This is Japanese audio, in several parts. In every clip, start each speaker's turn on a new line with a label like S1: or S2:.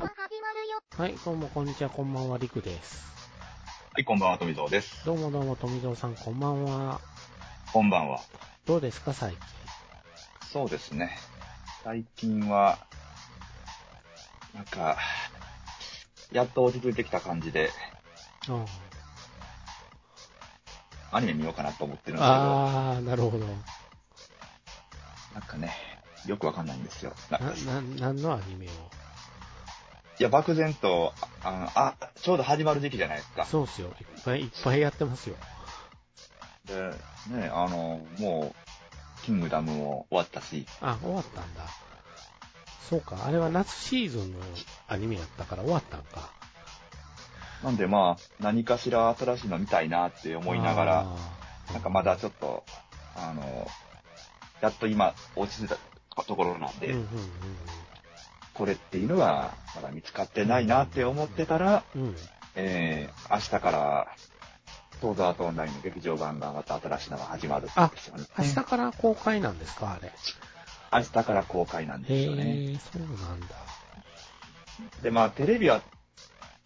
S1: はい、どうも、こんにちは、こんばんは、りくです。
S2: はい、こんばんは、富蔵です。
S1: どうもどうも、富蔵さん、こんばんは。
S2: こんばんは。
S1: どうですか、最近。
S2: そうですね。最近は、なんか、やっと落ち着いてきた感じで、
S1: あ
S2: アニメ見ようかなと思ってるんですけど、な
S1: あー、なるほど。
S2: んかね、よくわかんないんですよ。なんか
S1: な、な、なんのアニメを。
S2: いや、漠然とああのあ、ちょうど始まる時期じゃないですか。
S1: そうっすよ。いっぱいいっぱいやってますよ。
S2: で、ね、あの、もう、キングダムも終わったし、
S1: あ、終わったんだ。そうか、あれは夏シーズンのアニメやったから終わったんか。
S2: なんでまあ、何かしら新しいの見たいなって思いながら、
S1: あー
S2: なんかまだちょっと、あの、やっと今、落ち着いたところなん
S1: うん
S2: で、
S1: うん
S2: これっていうのが、まだ見つかってないなって思ってたら、
S1: うん。うん。
S2: えー、明日から、ソードアートオンラインの劇場版がまた新しいのが始まるんで
S1: あ
S2: すよね。
S1: 明日から公開なんですか、あれ。
S2: 明日から公開なんですよね。
S1: へえ、そうなんだ。
S2: で、まあ、テレビは、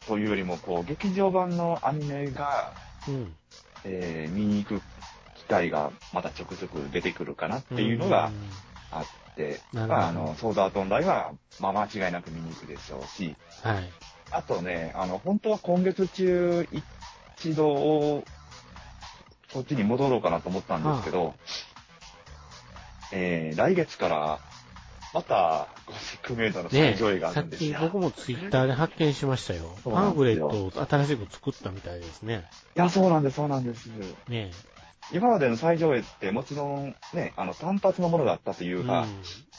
S2: というよりも、こう、劇場版のアニメが、
S1: うん。
S2: えー、見に行く機会がまたちょくちょく出てくるかなっていうのが
S1: んん
S2: あって、
S1: なるほど
S2: まあ、あの、ソードアートオンラインは、まあ、間違いなく見に行くでしょうし、
S1: はい。
S2: あとね、あの、本当は今月中、一度、そっちに戻ろうかなと思ったんですけど、えー、来月から、また、ゴシックメイドの
S1: ね
S2: 最上映
S1: え
S2: があ
S1: さ
S2: る
S1: っ
S2: んです
S1: き
S2: よ。
S1: 僕もツイッターで発見しましたよ。
S2: そうな
S1: パ
S2: ん
S1: ン
S2: ですよ
S1: フレットを新しく作ったみたいですね。
S2: いや、そうなんです、そうなんです。
S1: ね
S2: 今までの最上映って、もちろんね、あの、単発のものだったとい
S1: え。
S2: う
S1: うん。
S2: か、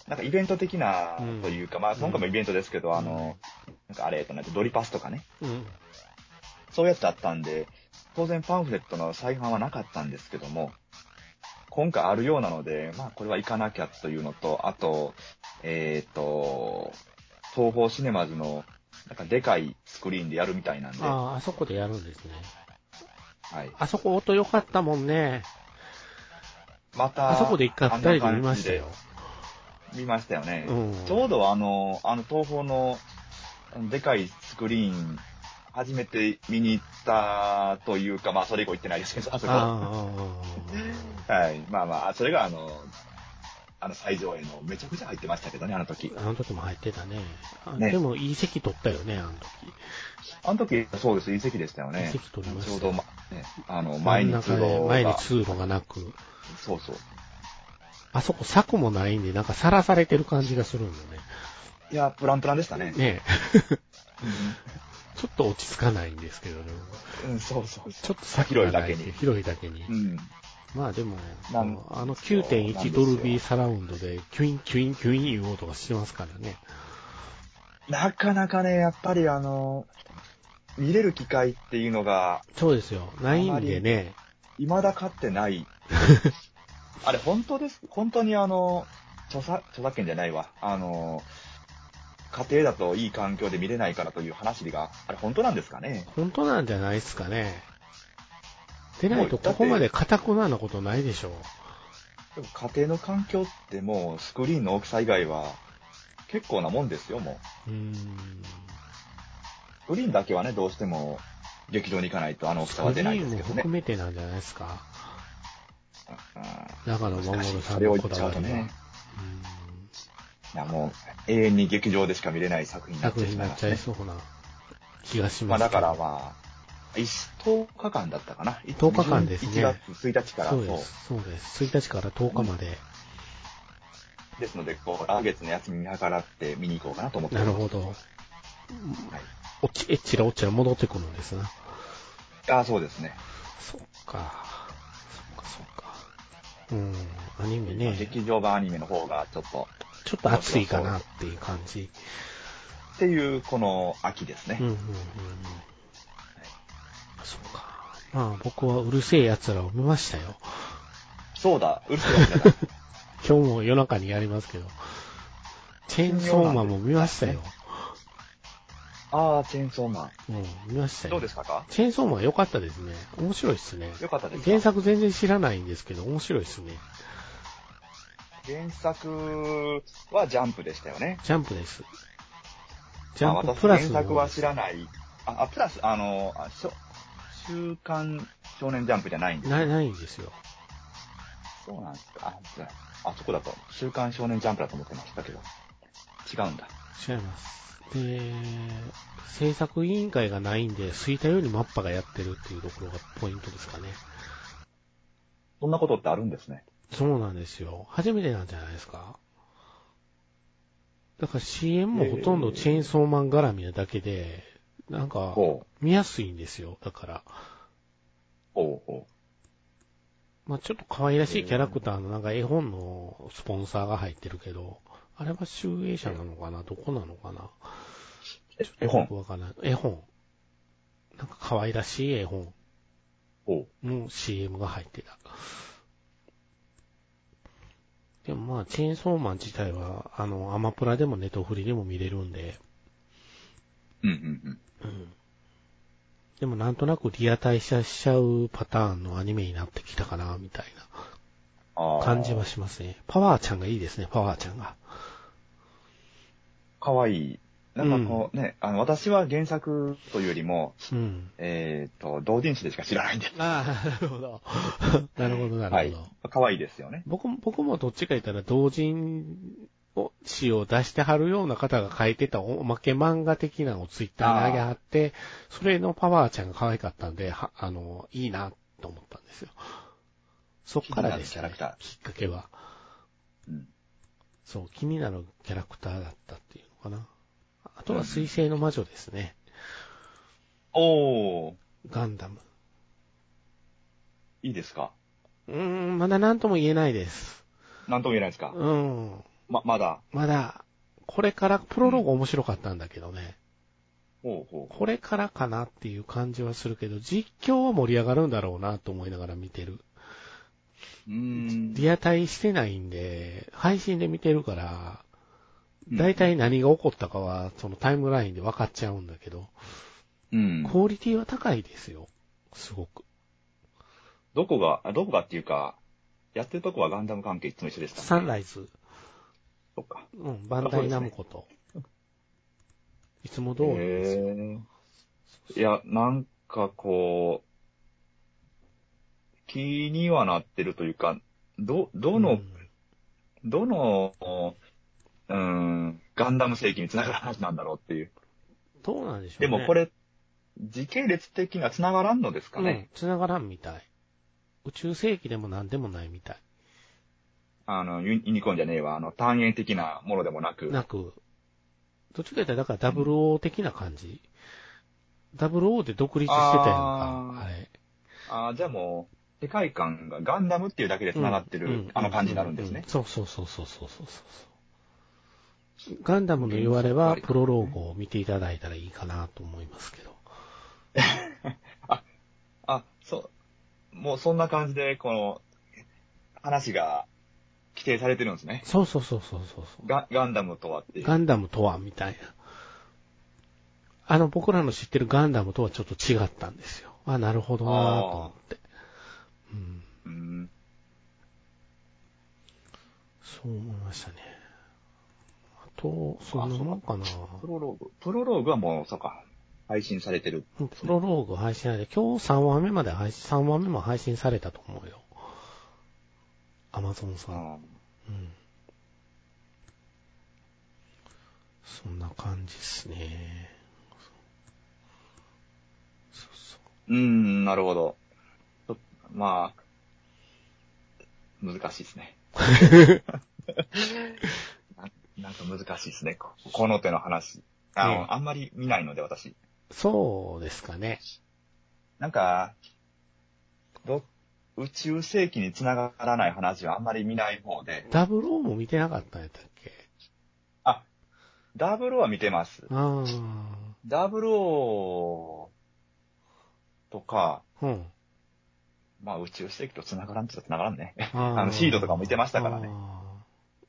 S2: なんかイベント的な
S1: うん
S2: というか、まあ、今回もイベントですけど、あの、なんかあれ、えっとなんかドリパスとかね、
S1: うん。
S2: そういうやつあったんで、当然パンフレットの再販はなかったんですけども、今回あるようなので、まあこれは行かなきゃというのと、あと、えっ、と、東宝シネマズのなんかでかいスクリーンでやるみたいなんで、
S1: あ
S2: は
S1: あ、あそこでやるんですね。
S2: い。
S1: あそこ音良かったもんね。
S2: また、
S1: あそこで一回二人で見ましたよ。
S2: あんな感じで。見ましたよね。
S1: うん
S2: ちょうどあの、あの東宝のあのでかいスクリーン、初めて見に行ったというか、まあそれ以降行ってないですけど、あそこ。
S1: あ
S2: はい。まあまあ、それがあの、あの最上映のめちゃくちゃ入ってましたけどね、あの時
S1: あ。。あの時も入ってたね。あ
S2: ね
S1: でも、いい席取ったよね、あの時。
S2: あの時、そうです、遺跡でしたよね。
S1: 遺跡取りました
S2: ちょうど、ま、ね、あの、前に通
S1: 真ん中
S2: 路
S1: で
S2: が。
S1: 前に通路がなく。
S2: そうそう。
S1: あそこ柵もないんで、なんかさらされてる感じがするんだよ
S2: いや、プランプランでした
S1: ね。。
S2: ね
S1: ねえ。ちょっと落ち着かないんですけどね。
S2: うん、そうそう
S1: ちょっと
S2: 先がないって
S1: 広いだけに
S2: う。ん。
S1: まあでも、
S2: なん
S1: あの9.1ドルビーサラウンドで、キュインキュインキュインいう音がしてますからね。
S2: なかなかね、やっぱりあの、見れる機会っていうのが、
S1: そうですよ。ないんでね。
S2: 未だ勝っ てない。あれ、本当です本当にあの、著作、著作権じゃないわ。あの、家庭だといい環境で見れないからという話が、あれ本当なんですかね
S1: 本当なんじゃないですかね。でないとここまで固くななことないでしょ
S2: でも家庭の環境ってもうスクリーンの大きさ以外は結構なもんですよ、も
S1: う。うーん。
S2: う。スクリーンだけはね、どうしても劇場に行かないとあの大き
S1: ス
S2: さ
S1: ク
S2: は
S1: リ
S2: 出ないで
S1: ーン
S2: す
S1: も
S2: けどね
S1: 含。めてなんじゃないですか。
S2: うん
S1: 長野
S2: 難し
S1: 守
S2: い。
S1: さ
S2: そ
S1: ん
S2: れを
S1: の
S2: 言
S1: こ
S2: っち
S1: だ
S2: ゃ
S1: わ
S2: う
S1: り
S2: と
S1: は。
S2: ね。
S1: う
S2: いや、もう永遠に劇場でしか見れない作
S1: ー
S2: 品
S1: ん
S2: になっ
S1: 作
S2: て
S1: 品
S2: し
S1: に
S2: ま
S1: な
S2: いま
S1: っ
S2: し
S1: ち
S2: た
S1: ゃい
S2: ね。
S1: そうな気がし
S2: ま
S1: ま
S2: あ
S1: す。
S2: だからまあ、10日間だったかな。
S1: 10日間ですね
S2: 1月1日から。
S1: そうです。そうです。1日から10日まで。
S2: そうですので、こう、来月の休み見計らって見に行こうかなと思って
S1: な
S2: ます
S1: るほど。
S2: はい。
S1: おっち、えっちらおっちら戻ってくるんですな。
S2: ああ、そうですね。
S1: そっか。そっか、そっか。うん、アニメね、
S2: 劇場版アニメの方がちょっと、
S1: ちょっと熱いかなっていう感じ。
S2: っていう、この秋ですね。
S1: うん、うん、うん。そうか。まあ僕はうるせえ奴らを見ましたよ。
S2: そうだ、うるせえわけだ。
S1: 今日も夜中にやりますけど。チェーンソーマンも見ましたよ。
S2: ああ、チェーンソーマ
S1: うん、見ました
S2: ン。
S1: よ。
S2: どうですかか
S1: チェーンソーマン良かったですね。面白いっすね。
S2: よかったですか
S1: 原作全然知らないんですけど、面白いっすね。
S2: 原作はジャンプでしたよね。
S1: ジャンプです。ジ
S2: ま
S1: ャ
S2: あ
S1: ンプ
S2: 私
S1: プラスの
S2: 原作
S1: 方
S2: は
S1: です
S2: 知らない。あ、あプラス、あの、あしょ週刊少年ジャンプじゃないんです
S1: ない、ないんですよ。
S2: そうなんですか。あ、じゃあ、あそこだと、週刊少年ジャンプだと思ってましたけど、違うんだ。
S1: 違います。で、制作委員会がないんで、空いたようにマッパがやってるっていうところがポイントですかね。
S2: そんなことってあるんですね。
S1: そうなんですよ。初めてなんじゃないですか。だから CM もほとんどチェーンソーマン絡みなだけで、なんか、
S2: ほう、
S1: 見やすいんですよ。だから。
S2: ほう、ほ
S1: まあちょっと可愛らしいキャラクターのなんか絵本のスポンサーが入ってるけど、あれは集英社なのかなどこなのかな
S2: う。え、絵本
S1: よくわからない。絵本。なんか可愛らしい絵本
S2: ほ
S1: の CM が入ってた。でもまあチェーンソーマン自体は、あの、アマプラでもネトフリでも見れるんで、
S2: う。うん、うん、うん。
S1: でもなんとなくリア退社しちゃうパターンのアニメになってきたかな、みたい
S2: あ
S1: な
S2: あ。
S1: 感じはしますね。パワーちゃんがいいですね、パワーちゃんが。
S2: かわいい。なんかこう、ね、あの、私は原作というよりも、
S1: うん。
S2: えっ、と、同人誌でしか知らないんで。
S1: ああ、なるほど。 なるほど、な
S2: は
S1: る
S2: い
S1: ほど。。
S2: かわいいですよね。
S1: 僕も、僕もどっちか言ったら同人を、詩を出してはるような方が書いてたおまけ漫画的なのをツイッターに上げはって、それのパワーちゃんが可愛かったんで、はあの、いいなと思ったんですよ。そっからでした、ね
S2: 気になるキャラクター。
S1: きっかけは。
S2: うん。
S1: そう、気になるキャラクターだったっていうのかな。あとは水星の魔女ですね。
S2: おー、
S1: ガンダム。
S2: いいですか。
S1: うーん、まだ何とも言えないです。
S2: なんとも言えないですか。
S1: うん。
S2: ま、まだ。
S1: まだ、これから、プロローグ面白かったんだけどね、
S2: ほうほう。
S1: これからかなっていう感じはするけど、実況は盛り上がるんだろうなと思いながら見てる。
S2: うーん。
S1: リアタイしてないんで、配信で見てるから、
S2: うん
S1: 大体何が起こったかは、そのタイムラインで分かっちゃうんだけど、
S2: うん。
S1: クオリティは高いですよ。すごく。
S2: どこが、あどこがっていうか、やってるとこはガンダム関係いつも一緒でした、ね。
S1: サンライズ、
S2: そっか。
S1: うん、バンダイナムコと、いつも通りですよ。
S2: へえいや、なんかこう、気にはなってるというか、ど、どの、
S1: うん
S2: どの、うん、ガンダム世紀に繋がる話なんだろうっていう。
S1: どうなんでしょう
S2: で
S1: ね。
S2: もこれ、時系列的には繋がらんのですか
S1: うん
S2: ね。、
S1: 繋がらんみたい。宇宙世紀でも何でもないみたい。
S2: あの、ユユニコーンじゃねえわ。あの、単円的なものでもなく。
S1: なく、どっちか言ったらだからダブル O 的な感じ。ダブル O で独立してたやんか、あ
S2: あー
S1: れ。
S2: ああ、じゃあもう、世界観がガンダムっていうだけで繋がってる、
S1: うん
S2: あの感じになるんです
S1: う
S2: ね
S1: う。そうそうそうそうそうそうそう。ガンダムの言われは、プロローグを見ていただいたらいいかなと思いますけど。
S2: あ、そう。もうそんな感じで、この、話が規定されてるんですね。
S1: そうそうそうそうそうそう。
S2: ガガンダムとはっていう。
S1: ガンダムとは、みたいな。あの、僕らの知ってるガンダムとはちょっと違ったんですよ。あ、なるほどなぁと思って。うん。
S2: うん。
S1: そう思いましたね。あと、そんなもんかな
S2: プロローグ。プロローグはもう、そうか。配信されてる。
S1: うんプロローグ配信されて、今日3話目まで配信、3話目も配信されたと思うよ。アマゾンさ。
S2: うんん。
S1: うん。そんな感じですね。そうそう。
S2: うん、なるほど。ちょまあ、難しいです ね。ななんか難しいですね。ここの手の話。あ
S1: ね
S2: あんまり見ないので、私。
S1: そうですかね。
S2: なんか、ど宇宙世紀につながらない話はあんまり見ない方で、
S1: ダブルオーも見てなかったんやったっけ
S2: ダブルは見てます。
S1: あ
S2: ダブルオとか、
S1: あ。うん。
S2: まあ宇宙世紀とつながらんっちゃつながらんね。
S1: あ
S2: あのシードとかも見てましたからね
S1: あ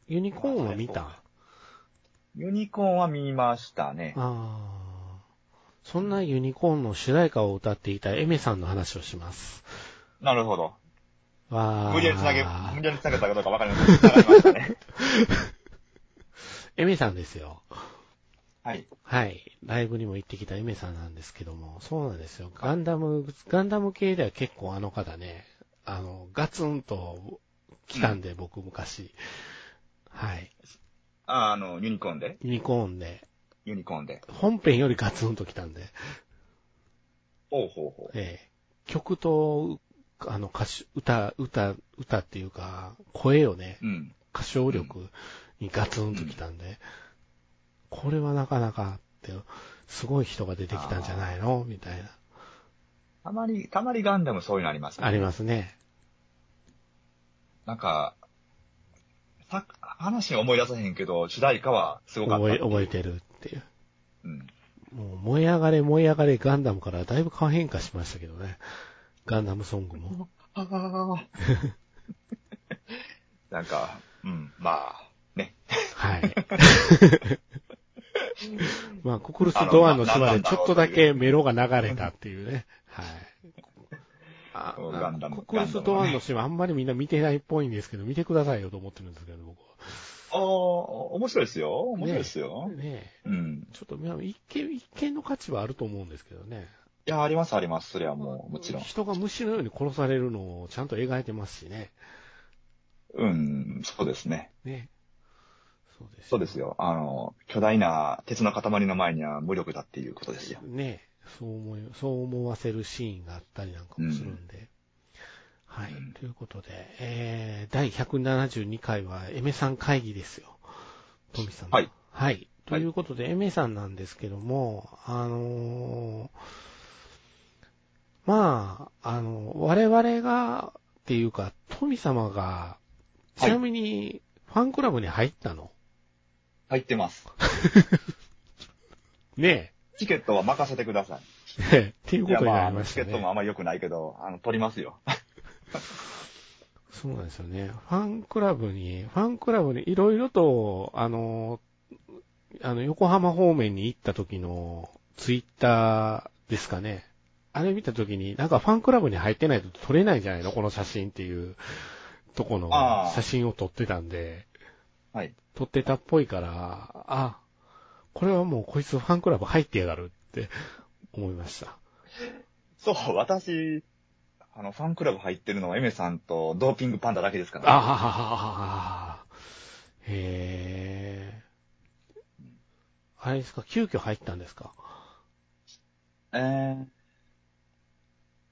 S1: ー。ユニコーンは見たあ
S2: ユニコーンは見ましたね。
S1: あー。そんなユニコーンの主題歌を歌っていたエメさんの話をします。
S2: なるほど。
S1: わあ。
S2: 無理やりつなげ、無理やりつなげたかどうかわかりません。繋がりましたね。
S1: エメさんですよ。
S2: はい。
S1: はい。ライブにも行ってきたゆめさんなんですけども、そうなんですよ。ガンダム、ガンダム系では結構あの方ね、あの、ガツンと来たんで、僕昔。はい。
S2: ああの、ユニコーンで
S1: ユニコーンで、
S2: ユニコーンで。
S1: 本編よりガツンと来たんで、
S2: ほうほうほう。
S1: ええ曲と、あの、歌手、歌、歌、歌っていうか、声をね、
S2: うん。
S1: 歌唱力にガツンときたんで、これはなかなかって、すごい人が出てきたんじゃないのみたいな。
S2: たまに、たまにガンダムそういうのありますね。
S1: ありますね。
S2: なんか、さ話は思い出さへんけど、主題歌はすごかった
S1: 覚え、覚えてるっていう。
S2: うん。
S1: もう燃え上がれ燃え上がれガンダムからだいぶ変化しましたけどね。ガンダムソングも。
S2: ああ。 なんか、うん、まあ、ね。
S1: はい。まあ、コクルスドアの島でちょっとだけメロが流れたっていうね。はい。あ
S2: そう
S1: な
S2: ガン
S1: ん
S2: ダ
S1: かコ
S2: ム
S1: クルスドアの島あんまりみんな見てないっぽいんですけど、見てくださいよと思ってるんですけど、僕は。
S2: ああ、面白いですよ。面白いですよ。
S1: ねえ。
S2: うん。
S1: ちょっと、まあ一見、一見の価値はあると思うんですけどね。
S2: いや、ありますあります。それはもう、もちろん。
S1: 人が虫のように殺されるのをちゃんと描いてますしね。
S2: うん、そうですね。
S1: ね。そうです。
S2: そうですよ。あの、巨大な鉄の塊の前には無力だっていうことですよ。
S1: ねそう思い、そう思わせるシーンがあったりなんかもするんで。はい。
S2: うん
S1: ということで、えー、第172回は、エメさん会議ですよ。トミさんの。
S2: はい。
S1: はい。ということで、エメさんなんですけども、あのーまあ、あの、我々が、っていうか、トミ様が、ちなみに、ファンクラブに入ったの、
S2: 入ってます。
S1: ね
S2: チケットは任せてください。
S1: え。 っていう
S2: い
S1: こ
S2: や、
S1: とに
S2: まあ
S1: な
S2: あ
S1: り
S2: の、
S1: まし
S2: チ
S1: た
S2: ケ
S1: ね。
S2: ットもあまり良くないけど、あの、取りますよ。
S1: そうなんですよね。ファンクラブに、ファンクラブにいろいろと、あの、あの、横浜方面に行った時のツイッターですかね。あれ見た時に、なんかファンクラブに入ってないと撮れないんじゃないのこの写真っていうとこの
S2: あー
S1: 写真を撮ってたんで、
S2: はい。
S1: 撮ってたっぽいから、あ、これはもうこいつファンクラブ入ってやがるって思いました。
S2: そう、私、あの、ファンクラブ入ってるのはエメさんとドーピングパンダだけですから、
S1: ああ、へえ。あれですか、急遽入ったんですか
S2: えー、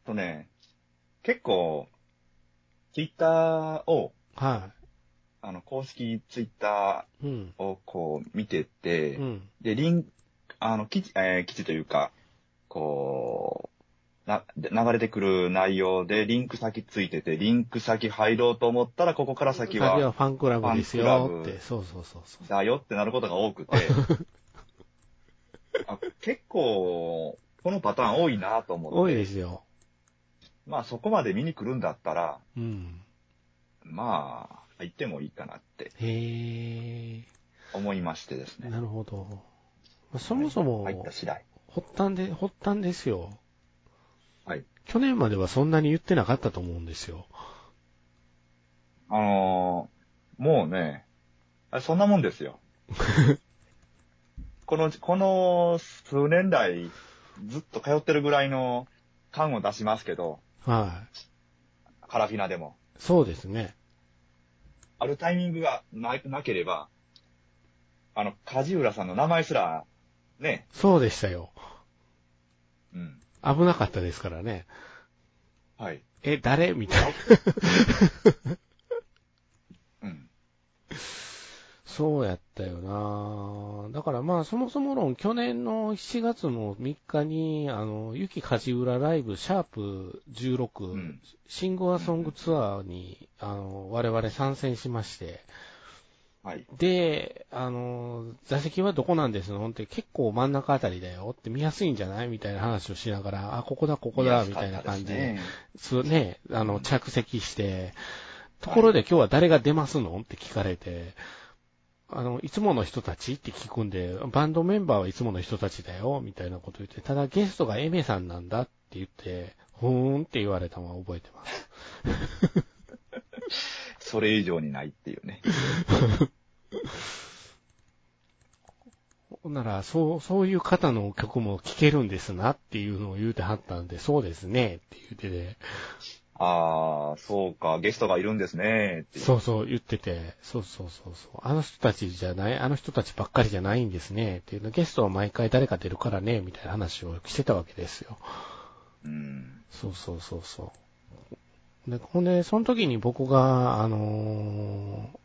S2: とね、結構、ツイッターを、
S1: は
S2: あの、公式ツイッタ
S1: い。うん。
S2: ーをこう見てて、
S1: うん。
S2: で、リン、あの、記事、えー記事というか、こう、な、で流れてくる内容でリンク先ついてて、リンク先入ろうと思ったら、ここから先
S1: 先は
S2: は、
S1: ファンクラブです
S2: ファ
S1: よ
S2: ン
S1: っ
S2: クラ
S1: て、
S2: ブ
S1: そうそうそうそう。
S2: だよってなることが多 くて、あ結構、このパターン多いなと思って。
S1: 多いですよ。
S2: まあそこまで見に来るんだったら、
S1: うん。
S2: まあ、入ってもいいかなって
S1: へ
S2: 思いましてです
S1: え、
S2: ね。
S1: なるほど。まあそもそも、
S2: 入った次第。
S1: 発端で、発端ですよ。
S2: はい。
S1: 去年まではそんなに言ってなかったと思うんですよ。
S2: あのーもうね、あそんなもんで すよ。この、この数年来、ずっと通ってるぐらいの感を出しますけど、
S1: はい。
S2: カラフィナでも。
S1: そうですね。
S2: あるタイミングがななければ、あの、梶浦さんの名前すら、ね、
S1: そうでしたよ。
S2: うん。
S1: 危なかったですからね。
S2: はい。
S1: え、誰みたいな。
S2: うん。
S1: そうやったよなだからまあ、そもそも論、去年の7月の3日に、あの、ゆきかじうらライブ、シャープ16、
S2: うん
S1: シンゴアソングツアーに、あの、我々参戦しまして、
S2: はい。
S1: で、あの、座席はどこなんですのって結構真ん中あたりだよって見やすいんじゃないみたいな話をしながら、あ、ここだ、ここだ、みたいな感じで。
S2: 見や
S1: そうね、あの、着席して、ところで今日は誰が出ますのって聞かれて、あの、いつもの人たちって聞くんで、バンドメンバーはいつもの人たちだよ、みたいなこと言って、ただゲストがエメさんなんだって言って、ふーんって言われたのは覚えてます。
S2: すかったですねそれ以上にないっていうね。
S1: ほんなら、そう、そういう方の曲も聴けるんですなっていうのを言うてはったんで、そうですね、って言うてて、
S2: ああ、そうか、ゲストがいるんですね、っていう。
S1: そうそう言ってて、そうそうそうそう、あの人たちじゃない、あの人たちばっかりじゃないんですね、っていうの、ゲストは毎回誰か出るからね、みたいな話をしてたわけですよ。
S2: うん。
S1: そうそうそうそう。で、ほんで、その時に僕が、あのー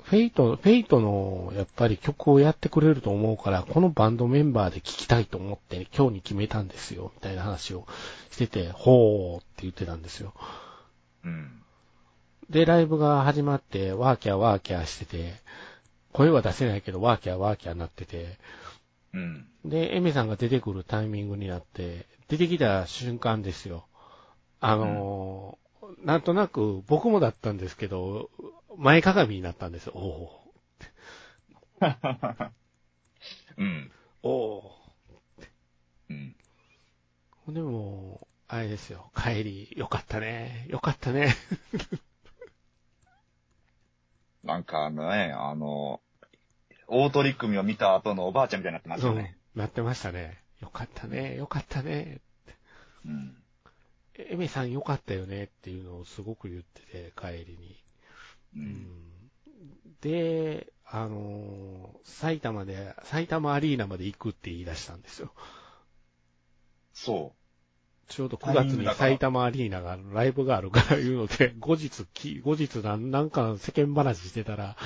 S1: フェイト、フェイトの、やっぱり曲をやってくれると思うから、このバンドメンバーで聴きたいと思って、今日に決めたんですよ、みたいな話をしてて、ほーって言ってたんですよ。
S2: うん。
S1: で、ライブが始まって、ワーキャーワーキャーしてて、声は出せないけど、ワーキャーワーキャーなってて、
S2: うん。
S1: で、エミさんが出てくるタイミングになって、出てきた瞬間ですよ。あのーなんとなく僕もだったんですけど、前かがみになったんですよ。お
S2: うん。
S1: おお
S2: うん。
S1: おでも、あれですよ。帰り、よかったね。よかったね。
S2: なんかね、あの、大取り組みを見た後のおばあちゃんみたいになってますよね。
S1: うんなってましたね。よかったね。よかったね。
S2: うん。
S1: エミさんよかったよねっていうのをすごく言ってて、帰りに。う
S2: う。
S1: んんで、あのー埼玉で、埼玉アリーナまで行くって言い出したんですよ。
S2: そ
S1: ちょうど9月
S2: タイミング
S1: に
S2: だから
S1: 埼玉アリーナがライブがあるからいうので、 後日き、後日なんなんか世間話してたら、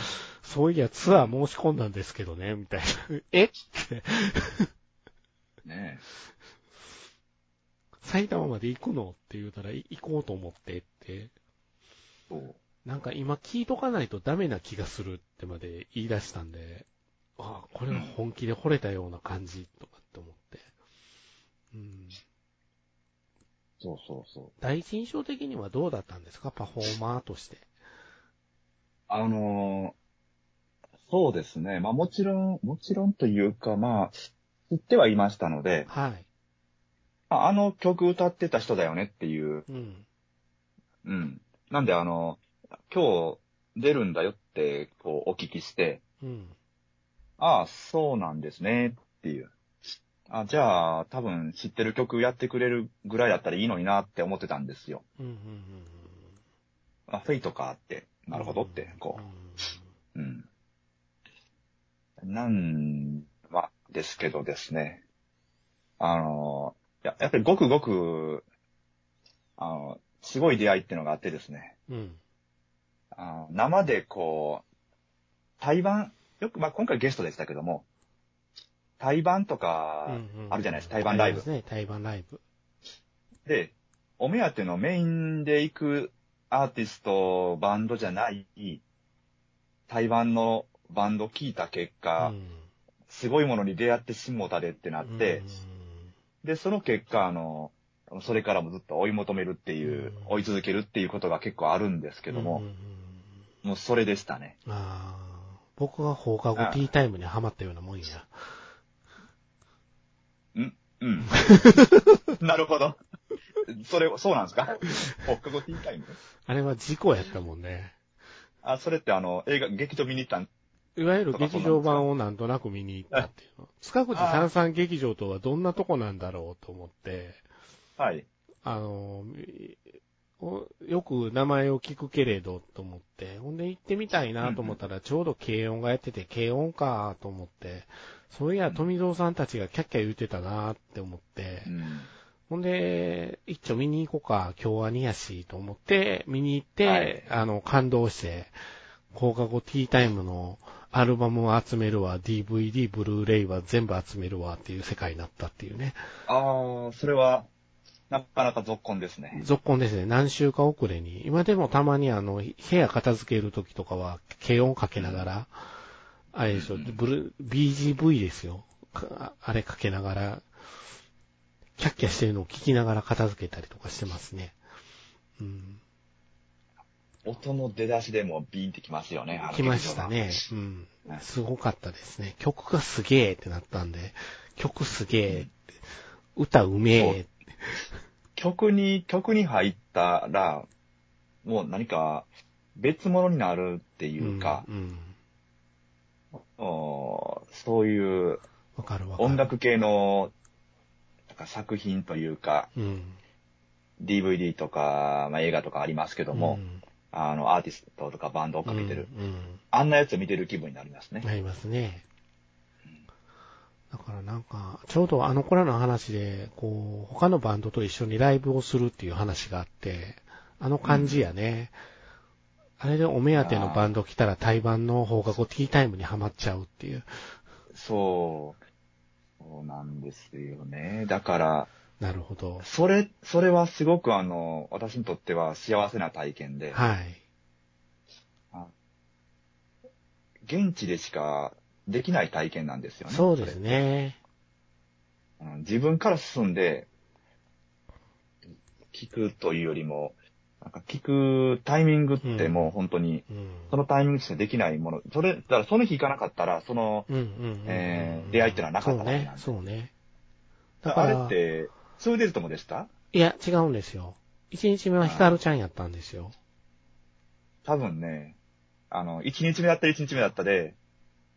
S1: そういやツアー申し込んだんですけどね、みたいな。えって、
S2: う。ね
S1: 埼玉まで行くのって言うたら、い行こうと思ってって、
S2: そう。
S1: なんか今聞いとかないとダメな気がするってまで言い出したんで、ああ、これは本気で惚れたような感じとかって思って。うん、
S2: そうそうそう。
S1: 第一印象的にはどうだったんですかパフォーマーとして。
S2: あのーそうですね。まあもちろん、もちろんというか、まあ、知ってはいましたので、
S1: はい。
S2: ああの曲歌ってた人だよねっていう、
S1: うん。
S2: うん。なんであの、今日出るんだよって、こう、お聞きして、
S1: うん。
S2: ああ、そうなんですね、っていう。あじゃあ、多分知ってる曲やってくれるぐらいだったらいいのになって思ってたんですよ。
S1: うん。うん。
S2: あ、フェイトかって、
S1: うん
S2: なるほどって、こ
S1: うん
S2: う。うん。なん、は、ですけどですね。あの、ややっぱりごくごく、あの、すごい出会いっていうのがあってですね。
S1: うん。
S2: あの生でこう、対バン、よく、まあ、今回ゲストでしたけども、対バンとか、
S1: うん
S2: あるじゃないですか台湾ライブ
S1: ありますね、台湾ライブ。
S2: で、お目当てのメインで行くアーティスト、バンドじゃない、台湾のバンド聞いた結果、
S1: うん
S2: すごいものに出会ってしもたでってなって、で、その結果、あの、それからもずっと追い求めるっていう、
S1: うん
S2: 追い続けるっていうことが結構あるんですけども、
S1: うんうん
S2: もうそれでしたね。
S1: ああ、僕が放課後ティータイムにハマったようなもんや。
S2: うん。なるほど。それ、そうなんです か放課後ティータイム
S1: あれは事故やったもんね。
S2: あ、それってあの、映画、劇場見に行ったん
S1: いわゆる劇場版をなんとなく見に行ったっていうの。塚口三々劇場とはどんなとこなんだろうと思って、
S2: はい。
S1: あの、およく名前を聞くけれどと思って、ほんで行ってみたいなと思ったら、ちょうど軽音がやってて、軽音かと思って、そういや、富蔵さんたちがキャッキャ言ってたなって思って、
S2: うん。
S1: ほんで、一丁見に行こうか、今日はにやし、と思って、見に行って、
S2: はい
S1: あの、感動して、放課後ティータイムのアルバムを集めるわ、DVD、ブルーレイは全部集めるわっていう世界になったっていうね。
S2: ああ、それは、なかなか続婚ですね。
S1: 続婚ですね、何週間遅れに。今でもたまにあの、部屋片付ける時とかは、軽音かけながら、あれでしょ、ブル、BGV ですよ。かあれかけながら、キャッキャしてるのを聞きながら片付けたりとかしてますね。うん。
S2: 音の出だしでもビーンってきますよね。あの
S1: 来ましたね。うん。すごかったですね。曲がすげえってなったんで、曲すげえって、歌うめえ。
S2: 劇場が曲に、曲に入ったら、もう何か別物になるっていうか、
S1: うん。
S2: おーそういう、
S1: わかるわかる。
S2: 音。楽系のなんか作品というか、
S1: うん。
S2: DVD とか、まあ、映画とかありますけども、
S1: うん
S2: あの、アーティストとかバンドをかけてる、
S1: うんうん
S2: あんなやつを見てる気分になりますね。
S1: なりますね。だからなんか、ちょうどあの頃の話で、こう、他のバンドと一緒にライブをするっていう話があって、あの感じやね。あれでお目当てのバンド来たら対バンの方がこうティータイムにはまっちゃうっていう。
S2: そう。そうなんですよね。だから、
S1: なるほど。
S2: それ、それはすごくあの、私にとっては幸せな体験で、
S1: はい。
S2: 現地でしかできない体験なんですよね。
S1: そうです
S2: こ
S1: ね。
S2: れ。うん自分から進んで、聞くというよりも、なんか聞くタイミングってもう本当に、
S1: うん。
S2: そのタイミングしかできないもの、それ、だからその日行かなかったら、その、
S1: うんうんうんうん
S2: えー出会いってのはなかったわけなんで
S1: そうね。そうね。だか
S2: あれ
S1: ら
S2: っ、て、2デーズともでした
S1: いや、違うんですよ。一日目はヒカルちゃんやったんですよ。
S2: 多分ね、あの、1日目だったら1日目だったで、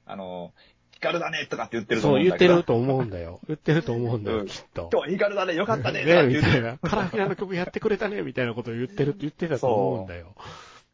S2: あの、ヒカルだねとかって言ってると
S1: そ
S2: 思う
S1: う、
S2: ん
S1: 言っ
S2: だけ
S1: て
S2: ど。
S1: ると思うんだよ。言ってると思うんだ
S2: う
S1: よ、
S2: ん
S1: きっと。
S2: 今日ヒカルだね、よかったねとか
S1: ねみ
S2: って言って
S1: た
S2: る
S1: いな。カラフィナの曲やってくれたね、みたいなことを言ってるって言ってたと思うんだよ。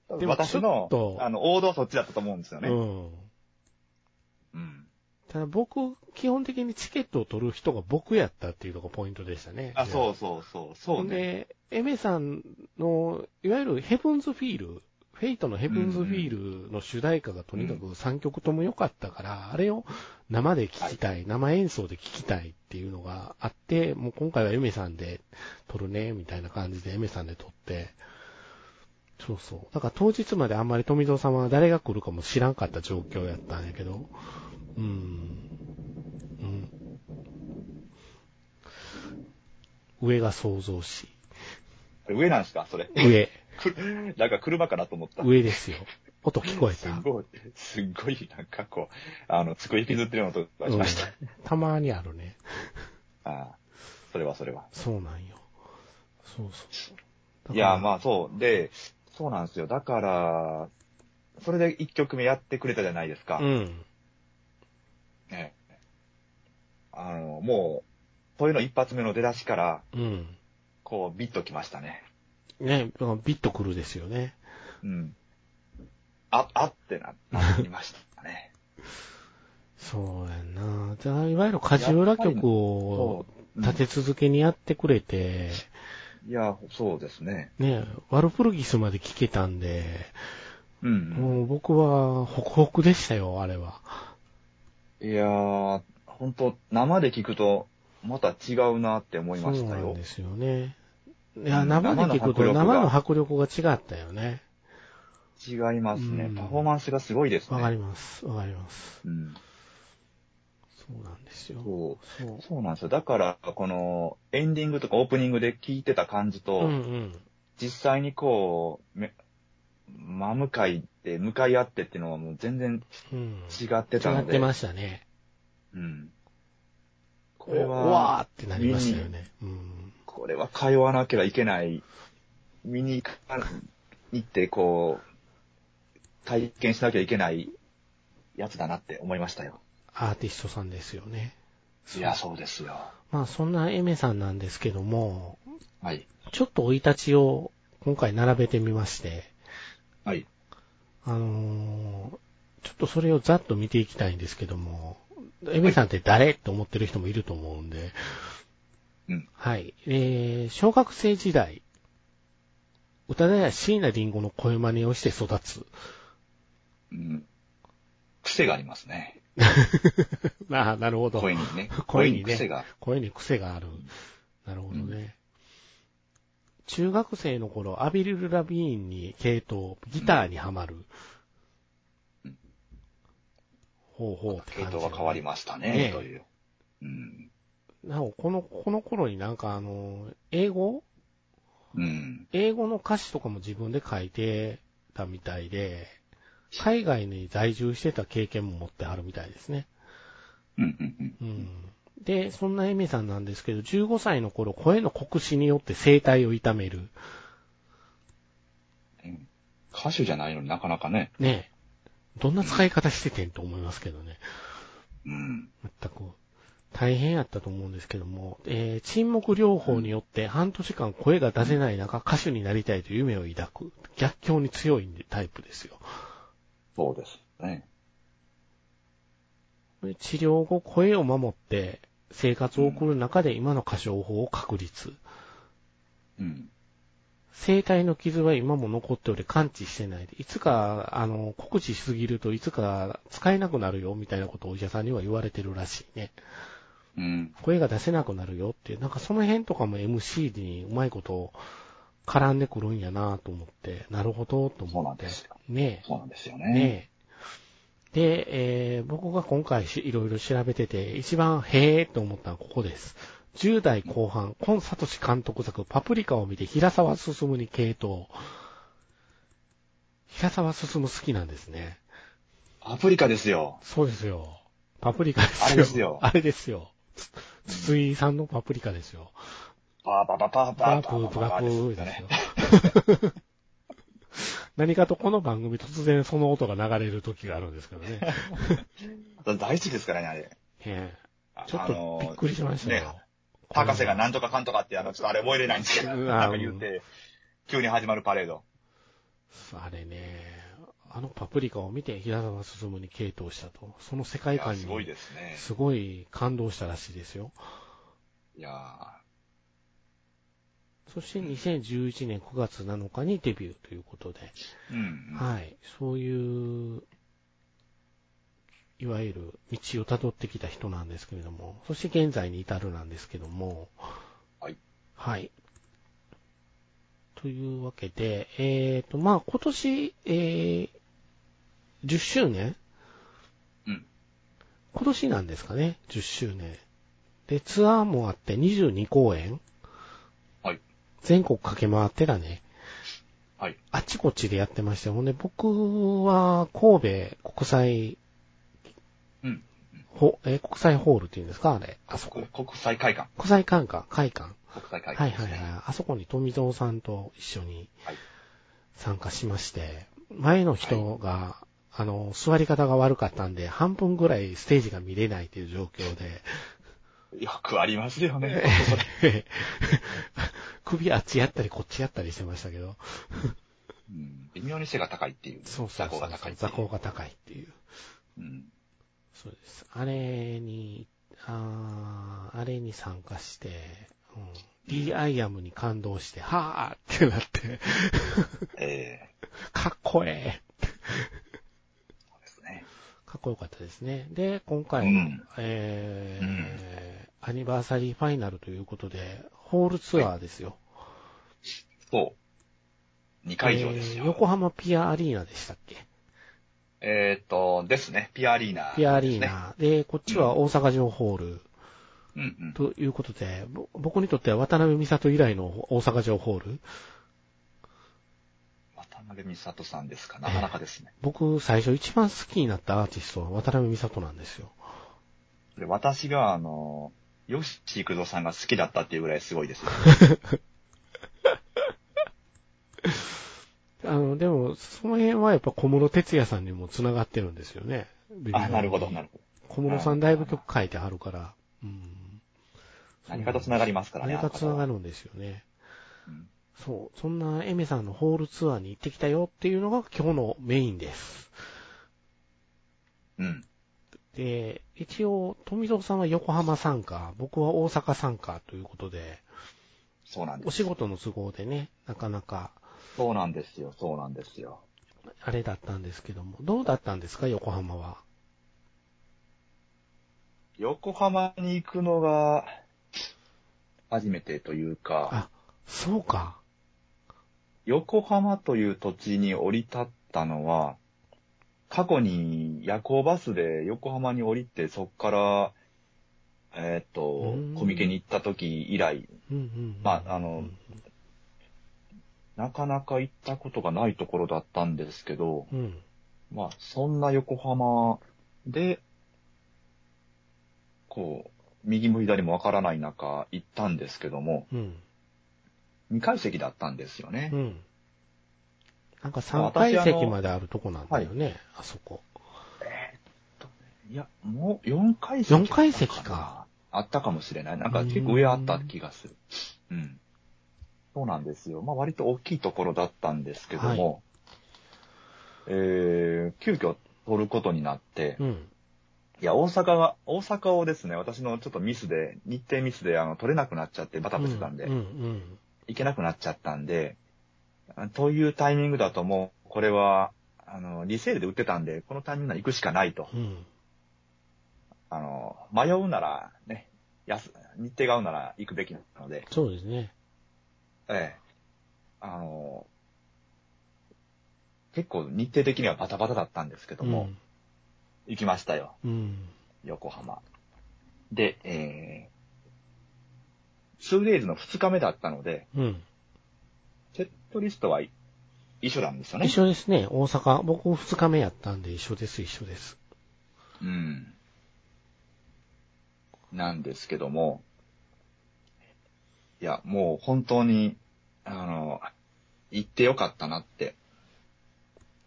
S2: 多
S1: で
S2: 分
S1: も
S2: 私の
S1: ちょっ、と
S2: あの、王道はそっちだったと思うんですよ
S1: う
S2: ね。
S1: ん。
S2: うん
S1: ただ僕、基本的にチケットを取る人が僕やったっていうのがポイントでしたね。。
S2: あ、そううそうそう、そうね。
S1: で、エメさんの、いわゆるヘブンズフィール、フェイトのヘブンズフィールの主題歌がとにかく3曲とも良かったから、あれを生で聴きたい、生演奏で聴きたいっていうのがあって、もう今回はエメさんで撮るね、みたいな感じでエメさんで撮って、そうそう。だから当日まであんまり富蔵さんは誰が来るかも知らんかった状況やったんやけど、うん。うん。上が想像し、
S2: あれ上なんですかそれ。
S1: 上、
S2: くなんか車かなと思った。
S1: 上ですよ。音聞こえ
S2: す
S1: た。
S2: ごい、すごい、なんかこう、あの、机引きずってるのとかし
S1: うん
S2: ました。
S1: たまにあるね。
S2: ああそれはそれは。
S1: そうなんよ。そうそう。
S2: いや、ま
S1: あ。
S2: あそう。で、そうなんですよ。だから、それで1曲目やってくれたじゃないですか。
S1: うん。
S2: ねあの、もう、そういうの一発目の出だしから、
S1: うん。
S2: こう、ビッときましたね。
S1: ね、だからビッとくるですよね。
S2: うん。あ、あってな、なりまし たね。
S1: そうやんな。じゃあ、いわゆる梶浦曲を
S2: そう
S1: 立て続けにやってくれて、
S2: いや、そうですね。
S1: ね、ワルプルギスまで聴けたんで、
S2: うん。
S1: もう僕はホクホクでしたよ、あれは。
S2: いやー、ほんと、生で聞くと、また違うなって思いました
S1: そうな
S2: よ
S1: んで。すよね。いや、
S2: うん
S1: 生で聞くと
S2: 生
S1: 生の
S2: の
S1: 迫力が違ったよね。
S2: 違いますね
S1: う。ん
S2: パフォーマンスがすごいです
S1: わかり
S2: ね。
S1: ます。わかります。
S2: うん。
S1: そうなんですよ。
S2: そう。
S1: そう。
S2: そうなんですよ。だから、この、エンディングとかオープニングで聞いてた感じと、
S1: うんうん。
S2: 実際にこう、め真向かいで、向かい合ってっていうのはもう全然
S1: うん。
S2: 違ってた
S1: 違
S2: の
S1: っ
S2: で。
S1: てましたね。
S2: うん。こ
S1: こ
S2: れ
S1: れ
S2: は、
S1: は。わーってなりましたよね。うん。
S2: これは通わなきゃいけない。見に行か行って、こう、体験しなきゃいけないやつだなって思いましたよ。
S1: アーティストさんですよね。
S2: いや、そうですよ。
S1: まあ、そんなエメさんなんですけども、
S2: はい。
S1: ちょっと生い立ちを今回並べてみまして、
S2: はい。
S1: あのーちょっとそれをざっと見ていきたいんですけども、エミさんって誰って思ってる人もいると思うんで、
S2: うん。
S1: はい。えー、小学生時代、歌田や椎名林檎の声真似をして育つ。
S2: うん。癖がありますね。
S1: ああ、なるほど。
S2: 声にね。
S1: 声にね
S2: 癖が。
S1: 声に癖がある。なるほどね。中学生の頃、アビリル・ラビーンに系統、ギターにはまる。
S2: うん
S1: ほうほうって
S2: 系
S1: 感じ、
S2: 統が変わりましたね、
S1: ねえ
S2: という。うん。
S1: なお、この、この頃になんかあの、英語
S2: うん。
S1: 英語の歌詞とかも自分で書いてたみたいで、海外に在住してた経験も持ってはるみたいですね。
S2: うんうんうん。
S1: うん。で、そんなエミさんなんですけど、15歳の頃、声の酷使によって声帯を痛める。
S2: うん歌手じゃないのになかなかね。
S1: ねえ。どんな使い方しててんと思いますけどね。
S2: うん。
S1: 全く。大変やったと思うんですけども、えー沈黙療法によって半年間声が出せない中、歌手になりたいという夢を抱く、逆境に強いタイプですよ。
S2: そうですね。
S1: 治療後、声を守って生活を送る中で今の歌唱法を確立。
S2: うん。
S1: 生体の傷は今も残っており完治してないで、いつか、あの、酷似しすぎるといつか使えなくなるよみたいなことをお医者さんには言われてるらしいね。
S2: うん。
S1: 声が出せなくなるよっていう、なんかその辺とかも MC にうまいこと絡んでくるんやなと思って、なるほどと思って。
S2: そうなんですよ
S1: ね
S2: そうなんですよ
S1: え。
S2: ね。
S1: ねえ。で、えー僕が今回しいろいろ調べてて、一番へえと思ったのはここです。10代後半、コンサトシ監督作、パプリカを見て平沢進に系統。平沢進好きなんですね。
S2: アプリカですよ。
S1: そうですよ。パプリカですよ。
S2: あれですよ
S1: あれですよ。つ筒井さんのパプリカですよ。
S2: パーパーパーパーパ
S1: バ
S2: ーパー
S1: ープ、
S2: パー
S1: バ
S2: パー
S1: ープ
S2: です
S1: ですよ。
S2: ね
S1: 何かとこの番組突然その音が流れる時があるんですけど ね。
S2: 大好きですからね、あれ。
S1: え
S2: あ
S1: えちょっ
S2: あの
S1: とびっくりしましたよ。
S2: ね博士がなんとかかんとかって、あの、ちょっとあれ覚えれないんですけど、
S1: うん
S2: なんか言って、急に始まるパレード。
S1: あれね、あのパプリカを見て平沢進に傾倒したと。その世界
S2: いや
S1: 観
S2: すごい
S1: に
S2: ですね。
S1: すごい感動したらしいですよ。
S2: いや
S1: そして2011年9月7日にデビューということで。
S2: ーうん。
S1: はい。そういう、いわゆる道を辿ってきた人なんですけれども、そして現在に至るなんですけども、
S2: はい。
S1: はい。というわけで、えっ、と、まあ、今年、えー、10周年
S2: うん。
S1: 今年なんですかね、10周年。で、ツアーもあって22公演
S2: はい。
S1: 全国駆け回ってだね。
S2: はい。
S1: あちこちでやってまして、ほんで僕は神戸国際、
S2: うん。
S1: ほえー国際ホールっていうんですかあれ。あそこ
S2: 国。国際会館。
S1: 国際会館、会館。
S2: 国際会
S1: はい
S2: 館
S1: はい
S2: ですね。
S1: はい。あそこに富蔵さんと一緒に
S2: はい
S1: 参加しまして、前の人が、あの、座り方が悪かったんで、半分ぐらいステージが見れないという状況で、
S2: よくありますよね。
S1: 首あっちやったりこっちやったりしてましたけど、
S2: うん微妙に背が高いっていう。
S1: そうそうそう
S2: 座高が高いってい
S1: 座
S2: う。
S1: 高が高いっていう。
S2: うん。
S1: そうです。あれに、あーあれに参加して、うん、リアイアムに感動して、はーってなって、
S2: ええ
S1: かっこええ
S2: そうですね。
S1: かっこよかったですね。で、今回
S2: う
S1: の、
S2: ん
S1: えーアニバーサリーファイナルということで、ホールツアーですよ。
S2: そう。2会場です
S1: えー
S2: よ。
S1: 横浜ピアアリーナでしたっけ
S2: えーっと、ですね。ピアリーナ、
S1: ピアアリー
S2: ですね。
S1: ナ。で、こっちは大阪城ホール。
S2: うんうん。
S1: ということで、ぼ僕にとっては渡辺美里以来の大阪城ホール。
S2: 渡辺美里さんですか。なかなかですね。
S1: 僕、最初一番好きになったアーティストは渡辺美里なんですよ。
S2: で私が、あの、ヨシチクゾさんが好きだったっていうぐらいすごいですよ。
S1: あの、でも、その辺はやっぱ小室哲也さんにも繋がってるんですよね。
S2: あ、なるほど、なるほど。
S1: 小室さんだいぶ曲書いてはるから。うん。
S2: 何かと繋がりますからね。
S1: 何か繋が
S2: る。
S1: るんですよね。
S2: うん
S1: そう。そんなエメさんのホールツアーに行ってきたよっていうのが今日のメインです。
S2: うん。
S1: で、一応、富蔵さんは横浜参加、僕は大阪参加ということで、
S2: そうなんで
S1: お
S2: す。
S1: 仕事の都合でね、なかなか
S2: そうなんですよ、そうなんですよ。
S1: あれだったんですけども、どうだったんですか、横浜は。
S2: 横浜に行くのが、初めてというか、
S1: あ、そうか。
S2: 横浜という土地に降り立ったのは、過去に夜行バスで横浜に降りて、そこから、えーっと
S1: うん、
S2: コミケに行った時以来、
S1: うんうんうん、
S2: まああの
S1: うん
S2: なかなか行ったことがないところだったんですけど、
S1: うん。
S2: まあ、そんな横浜で、こう、右も左もわからない中行ったんですけども、
S1: うん。
S2: 2階席だったんですよね
S1: う。ん。なんか3階席まであるとこなんだよね、あそこ。
S2: いや、もう4階席だった
S1: 4階席
S2: か
S1: か。
S2: あったかもしれない。なんか結構上あった気がする。うん。そうなんですよ。まあ割と大きいところだったんですけども、えー、急遽取ることになって、
S1: うん。
S2: いや、大阪は、大阪をですね、私のちょっとミスで、日程ミスで、あの、取れなくなっちゃって、バタバタしてたんで、
S1: うんうん。
S2: 行けなくなっちゃったんで、あというタイミングだともう、これは、あの、リセールで売ってたんで、このタイミングなら行くしかないと。
S1: うん。
S2: あの、迷うなら、ね、安、日程が合うなら行くべきなので、
S1: そうですね。
S2: ええ。あの、結構日程的にはバタバタだったんですけども、行きましたよ、
S1: うん。うん。
S2: 横浜。で、えー、2days の2日目だったので、
S1: うん。
S2: セットリストはい一緒なんですよね。
S1: 一緒ですね。大阪。僕2日目やったんで一緒です、一緒です。
S2: うん。なんですけども、いや、もう本当に、あの、行ってよかったなって。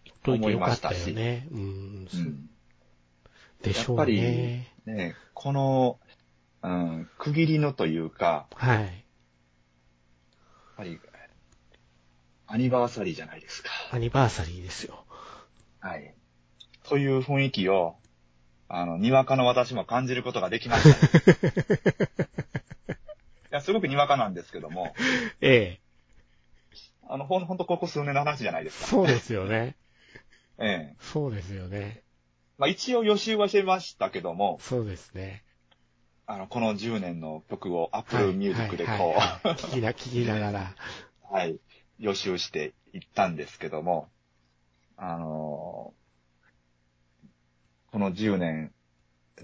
S1: 行っといてよかったよね。うん。
S2: うん。
S1: でしょ
S2: や
S1: う
S2: っぱり
S1: ね。
S2: ねこの、うん、区切りのというか、
S1: はい。
S2: やっぱり、アニバーサリーじゃないですか。
S1: アニバーサリーですよ。
S2: はい。という雰囲気を、あの、にわかの私も感じることができました、ね。いや、すごくにわかなんですけども、
S1: ええ。
S2: あの、ほんほんとここ数年の話じゃないですか。
S1: そうですよね。
S2: ええ。
S1: そうですよね。
S2: まあ一応予習はしてましたけども、
S1: そうですね。
S2: あの、この10年の曲を Apple Music でこ
S1: はいはいはい聞き な、聞きながら。
S2: う、はい、予習していったんですけども、あのーこの10年、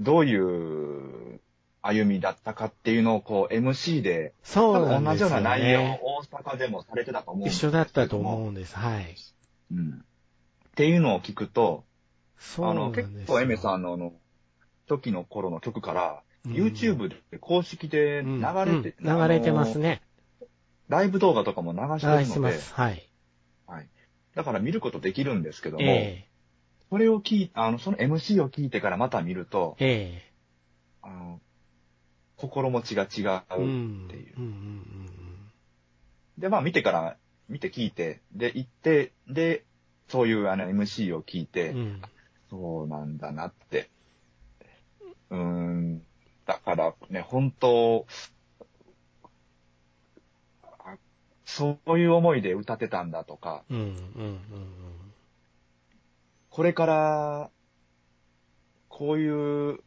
S2: どういう歩みだったかっていうのをこう MC で、多
S1: そう
S2: 分
S1: なん
S2: 同
S1: で
S2: じ
S1: す
S2: ような
S1: よ
S2: 内容を
S1: ね。
S2: 大阪でもされてたと思うんで
S1: 一
S2: すけ
S1: 緒
S2: ども
S1: だったと思うんです。はい。
S2: うん。っていうのを聞くと、
S1: そ
S2: あ
S1: うな
S2: の、
S1: んです
S2: 結
S1: よ。
S2: 構エメさんのあの、時の頃の曲から、
S1: うん
S2: YouTube で公式で流れて、
S1: うんうん流れてます
S2: ね。
S1: ね。
S2: ライブ動画とかも流して
S1: 流
S2: るので、
S1: してます。はい。
S2: だから見ることできるんですけども、
S1: え
S2: それを聞いあの、その MC を聞いてからまた見ると
S1: え、え
S2: あの、心持ちが違
S1: え
S2: う。
S1: ん
S2: っていう
S1: うんうん
S2: で、まあ見てから、見て聞いて、で、行って、で、そういうあの MC を聞いて、
S1: うんうん。うん
S2: そうなんだなって。うーん。だからね、本当、あそういう思いで歌ってたんだとか、
S1: うんうんうん
S2: これから、こういう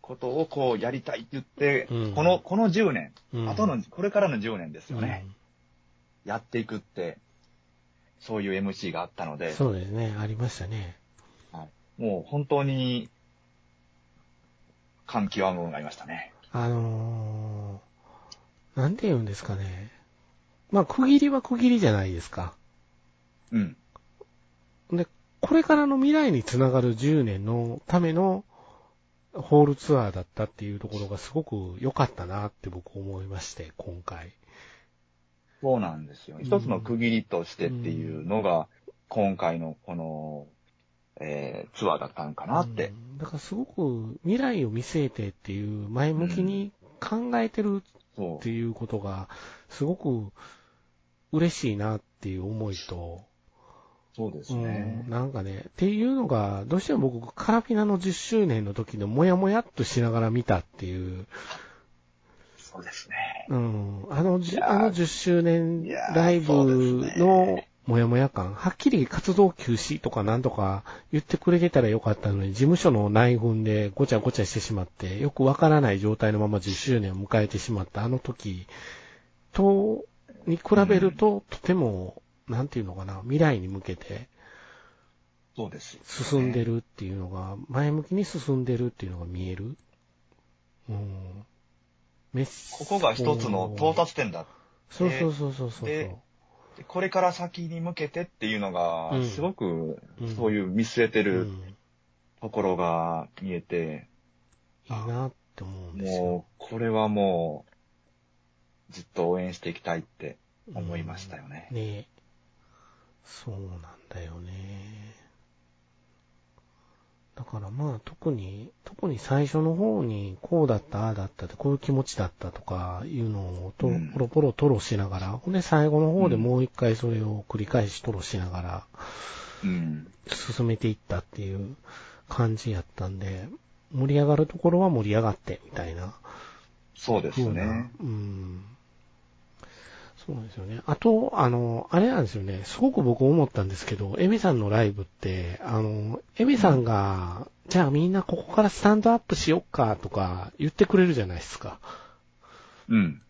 S2: ことをこうやりたいって言って、
S1: うん
S2: この、この10年、
S1: うんうん。
S2: 後の、これからの10年です
S1: う
S2: よ
S1: ん
S2: ね。やっていくって、そういう MC があったので、
S1: そうですね。ありましたね。
S2: もう本当に、感極むものがありましたね。
S1: あのー、なんて言うんですかね。まあ、区切りは区切りじゃないですか。
S2: うん。
S1: で、これからの未来につながる10年のためのホールツアーだったっていうところがすごく良かったなって僕思いまして、今回。
S2: そうなんですよ。一つの区切りとしてっていうのが、今回のこの、えーツアーだったんかなって。
S1: うんだからすごく未来を見据えてっていう前向きに考えてる
S2: そ
S1: っていうことがすごく嬉しいなっていう思いと、
S2: う。そうです
S1: うん
S2: ね、。
S1: なんかね、っていうのが、どうしても僕、カラフィナの10周年の時のモヤモヤっとしながら見たっていう、
S2: そうですね。
S1: うん、あのじ
S2: いやー
S1: あの10周年
S2: いやー
S1: ライブ
S2: そうです
S1: の
S2: ね
S1: モヤモヤ感、はっきり活動休止とかなんとか言ってくれてたらよかったのに、事務所の内紛でごちゃごちゃしてしまって、よくわからない状態のまま10周年を迎えてしまったあの時と、に比べると、とても、なんていうのかな、未来に向けて、
S2: そうです。
S1: 進んでるっていうのが、前向きに進んでるっていうのが見える。うん。メッセ
S2: ここが一つの到達点だ。
S1: そうそうそうそうそう
S2: ででこれから先に向けてっていうのが
S1: うん、
S2: すごく
S1: うん、
S2: そういう見据えて
S1: う
S2: る
S1: ん。
S2: ところが見えて、
S1: いいなって思うんですよ。
S2: もう、これはもう、ずっと応援していきたいって思いましたよね。
S1: ねえそうなんだよね。だからまあ特に、特に最初の方にこうだった、ああだったって、こういう気持ちだったとかいうのをと、
S2: うん
S1: ポロポロトロしながら、ほんで最後の方で
S2: うん
S1: もう一回それを繰り返しトロしながら
S2: うん。
S1: 進めていったっていう感じやったんで、盛り上がるところは盛り上がってみたいな。
S2: そうです
S1: ような
S2: ね。
S1: うん。そうなんですよね。あと、あの、あれなんですよね。すごく僕思ったんですけど、エミさんのライブって、あの、エミさんが、じゃあみんなここからスタンドアップしよっかとか言ってくれるじゃないですか。
S2: うん。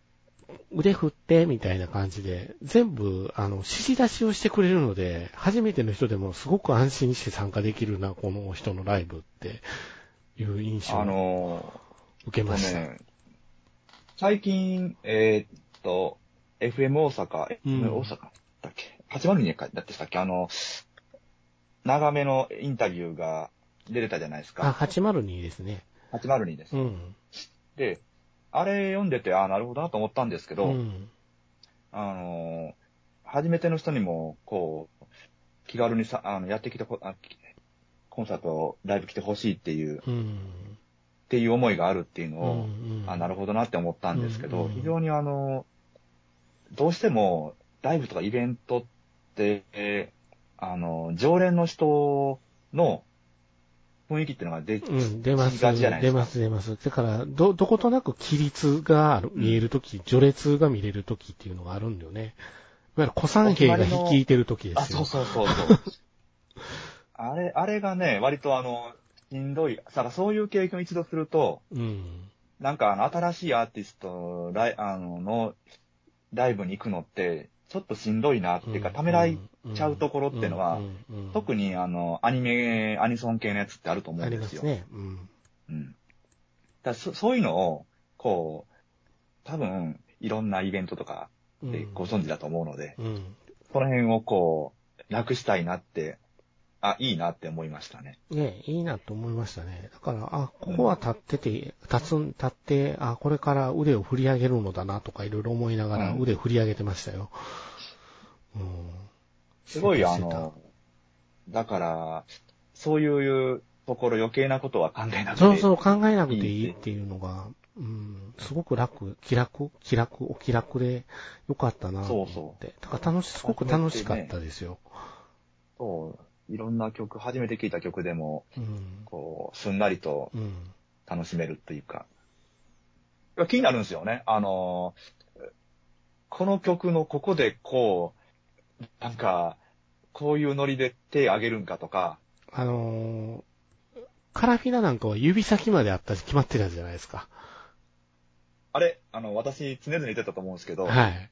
S1: 腕振ってみたいな感じで、全部、あの、指示出しをしてくれるので、初めての人でもすごく安心して参加できるな、この人のライブっていう印象
S2: あ
S1: を
S2: の
S1: 受け
S2: ー、
S1: ました。
S2: ね、最近、えーっと、FM 大阪、
S1: うん
S2: FM 大阪だっけ ?802 かだってしたっけあの、長めのインタビューが出れたじゃないです
S1: あ、
S2: か。
S1: 802ですね。
S2: 802です。
S1: うん。
S2: で、あれ読んでて、ああ、なるほどなと思ったんですけ
S1: う
S2: ど、
S1: ん。
S2: あのー、初めての人にも、こう、気軽にさ、あの、やってきてほ、あきコンサート、ライブ来てほしいっていう、っ
S1: うん。
S2: ていう思いがあるっていうのを、
S1: うんうん
S2: あ、なるほどなって思ったんですけ
S1: う
S2: ど、
S1: んうん
S2: 非常にあの、どうしても、ライブとかイベントって、えーあの、常連の人の雰囲気っていうのが出、
S1: うん、出ます。
S2: 感じじゃないで
S1: 出
S2: すか
S1: ます、出ます。だから、ど、どことなく規律がある、
S2: うん
S1: 見えるとき、序列が見れるときっていうのがあるんだよね。いわゆる古参兵が率いてるときで
S2: あ、
S1: すよ。
S2: そうそうそうそう。 あれ、あれがね、割とあの、しんどい、さそういう経験を一度すると、
S1: うん。
S2: なんかあの、新しいアーティストライあののライブに行くのって、ちょっとしんどいなっていうか、ためらい、ちゃうところってのは特
S1: に
S2: にあの、アニメ、アニソン系のやつってあると思う
S1: あ
S2: ん
S1: り
S2: で
S1: ますす
S2: よ。
S1: ね。うん。
S2: うん。だそそういうのを、こう、多分、いろんなイベントとか
S1: う
S2: で
S1: ん
S2: ご存知だと思うので、
S1: うん。
S2: その辺をこう、楽したいなって、あ、いいなって思いましたね。
S1: ねいいなと思いましたね。だから、あ、ここは立ってて、立つん、立って、あ、これから腕を振り上げるのだなとかいろいろ思いながら
S2: うん
S1: 腕振り上げてましたよ。うん。
S2: すごい、あ
S1: してた
S2: の、だから、そういうところ余計なことは考えなくて。
S1: そうそう、考えなくていいっていうのが、うん、すごく楽、気楽、気楽、お気楽でよかったなと思って。
S2: そうそ
S1: だから楽し、すごく楽しかったですよ。
S2: そういろんな曲、初めて聴いた曲でも、
S1: うん。
S2: こう、すんなりと
S1: うん。
S2: 楽しめるというか。いや気になるんですよね。あの、この曲のここでこう、なんか、こういうノリで手上げるんかとか、
S1: あのーカラフィナなんかは指先まであったし決まってたじゃないですか。
S2: あれ、あの、私常々言ってたと思うんですけど、
S1: はい。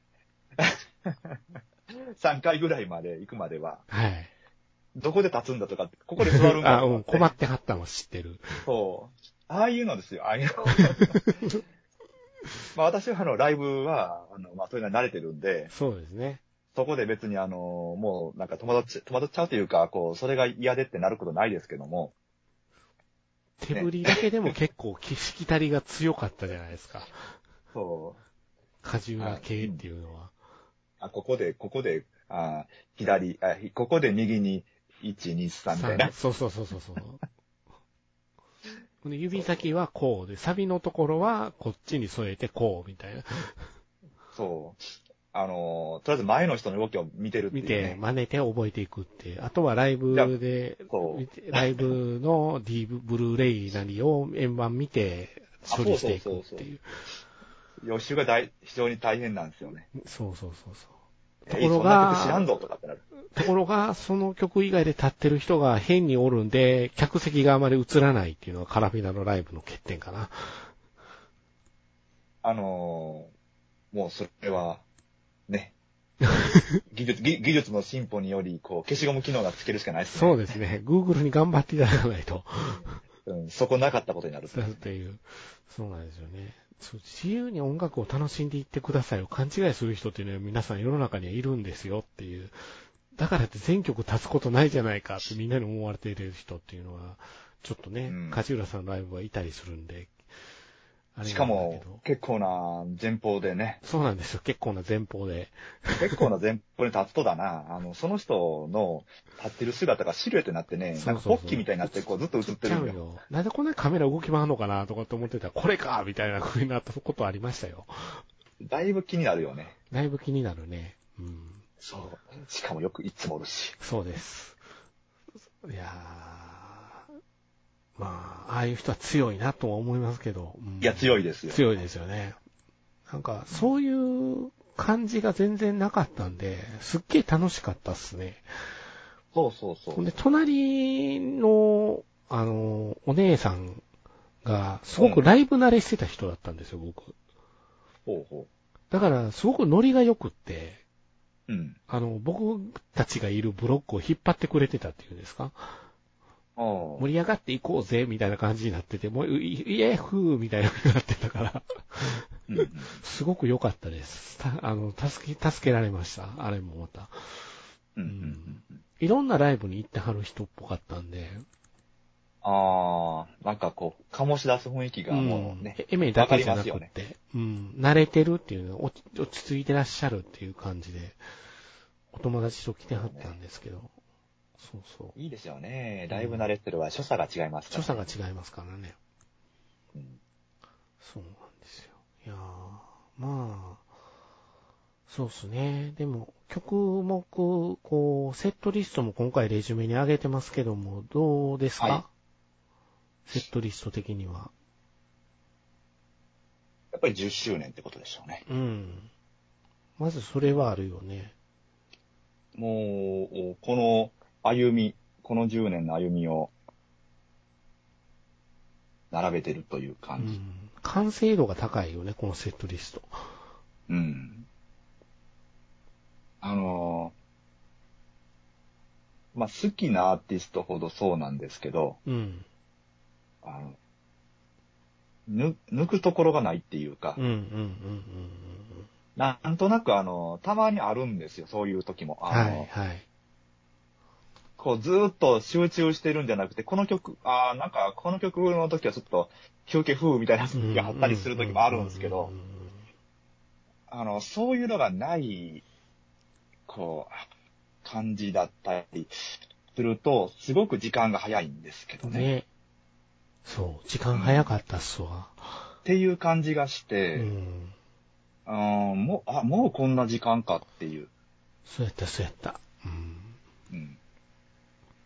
S2: 3回ぐらいまで行くまでは、
S1: はい。
S2: どこで立つんだとか、ここで座るん だ
S1: あ、
S2: と
S1: う
S2: かっ
S1: ん、
S2: て
S1: 困ってはったのは知ってる。
S2: そう。ああいうのですよ、ああいう の。まあ私はあの、ライブは、あの、まあそういうのは慣れてるんで、
S1: そうですね。
S2: そこで別にあの、もうなんか戸惑っちゃ戸惑っちゃうというか、こう、それが嫌でってなることないですけども、
S1: 手振りだけでも結構、きしきたりが強かったじゃないですか。
S2: そう。
S1: カジュラ系っていうのは。
S2: あ、ここで、ここで、あ左、あ、ここで右に、1、2、3みたいな。
S1: そうそうそうそうそう。ほんで指先はこうで、サビのところはこっちに添えてこうみたいな。
S2: そう。あの、とりあえず前の人の動きを見てるってい
S1: 見
S2: う、
S1: て、
S2: ね。
S1: 真似て覚えていくっていう。あとはライブで、
S2: そう
S1: 見てライブの D ブルーレイなりを円盤見て処理していくっていう。
S2: 予習が大非常に大変なんですよね。
S1: そうそうそうそう。
S2: と
S1: ところ
S2: こ
S1: が
S2: ろが、そんな曲知らんぞとかってなる。
S1: ところが、その曲以外で立ってる人が変におるんで、客席があまり映らないっていうのはカラフィナのライブの欠点かな。
S2: あのーもうそれは、 ね。技術、技技術の進歩により、こう、消しゴム機能がつけるしかないです
S1: そ
S2: ね。
S1: うですね。Google に頑張っていただかないと。
S2: うん、そこなかったことになる。
S1: だっていう、そうなんですよね。そう自由に音楽を楽しんでいってくださいを勘違いする人っていうのは皆さん世の中にはいるんですよっていう。だからって全曲立つことないじゃないかってみんなに思われている人っていうのは、ちょっとね、
S2: うん
S1: 梶浦さんのライブはいたりするんで、あれなんだけど
S2: しかも、結構な前方 でね、
S1: そうなんですよ。結構な前方で。
S2: 結構な前方に立つとだな、あの、その人の立ってる姿がシルエットになってね、
S1: そ
S2: な
S1: うん
S2: か
S1: そうそう
S2: ポッキーみたいになって、こうずっと映って
S1: ちゃ
S2: るん
S1: う
S2: だよ。
S1: よ。なんでこんなにカメラ動き回るのかなとかって思ってたら、これかみたいな風になったことありましたよ。
S2: だいぶ気になるよね。
S1: だいぶ気になるね。うん。
S2: そう。しかもよくいつもおるし。
S1: そうです。いやーまあ、ああいう人は強いなとは思いますけど。うん
S2: いや、強いですよ。
S1: 強いですよね。なんか、そういう感じが全然なかったんで、すっげえ楽しかったっすね。
S2: そうそうそ
S1: ほん
S2: う。
S1: で、隣の、あの、お姉さんが、すごくライブ慣れしてた人だったんですよ、僕。
S2: ほうほ
S1: だから、すごくノリが良くって、
S2: う。うん。
S1: あの、僕たちがいるブロックを引っ張ってくれてたっていうんですか
S2: ああ。
S1: 盛り上がっていこうぜ、みたいな感じになってて、もう、ういイエフーみたいな風になってたから。
S2: うんうん
S1: すごく良かったです。たあの、助け、助けられました。あれもまた。
S2: うんうんうん。
S1: いろんなライブに行ってはる人っぽかったんで。
S2: ああ、なんかこう、醸し出す雰囲気がもうね、
S1: ん。エメだけじゃなくて、
S2: わかり
S1: うん。慣れてるっていうの、落ち落ち着いてらっしゃるっていう感じで、お友達と来てはったんですけど。そうそう。
S2: いいですよね。ライブ慣れてるは所作が違いますから、
S1: 所
S2: ね。
S1: 作が違いますからね。
S2: うん
S1: そうなんですよ。いやーまあ、そうっすね。でも、曲もこう、こう、セットリストも今回レジュメに上げてますけども、どうですか、
S2: は
S1: セットリスト的には。
S2: やっぱり10周年ってことでしょうね。
S1: うん。まずそれはあるよね。
S2: もう、この歩み、この10年の歩みを、並べてるという
S1: う
S2: 感じ。
S1: ん。完成度が高いよね、このセットリスト。
S2: うん。あのーまあ、好きなアーティストほどそうなんですけど、
S1: うん。
S2: あの、ぬ、抜くところがないっていうか
S1: うん、、うん、うん、うん
S2: なんとなくあの、たまにあるんですよ、そういう時も。
S1: うん。は
S2: あの、
S1: い、はい。
S2: こうずーっと集中してるんじゃなくて、この曲、ああ、なんかこの曲の時はちょっと休憩風みたいな時があったりする時もあるんですけど
S1: う、んうんうんうん
S2: あの、そういうのがない、こう、感じだったりすると、すごく時間が早いんですけどね。
S1: ね。そう、時間早かったっすわ。
S2: っていう感じがし
S1: う
S2: て、
S1: ん。
S2: あーもう、あ、もうこんな時間かっていう、
S1: そうやった、そうやった。うん。
S2: うん。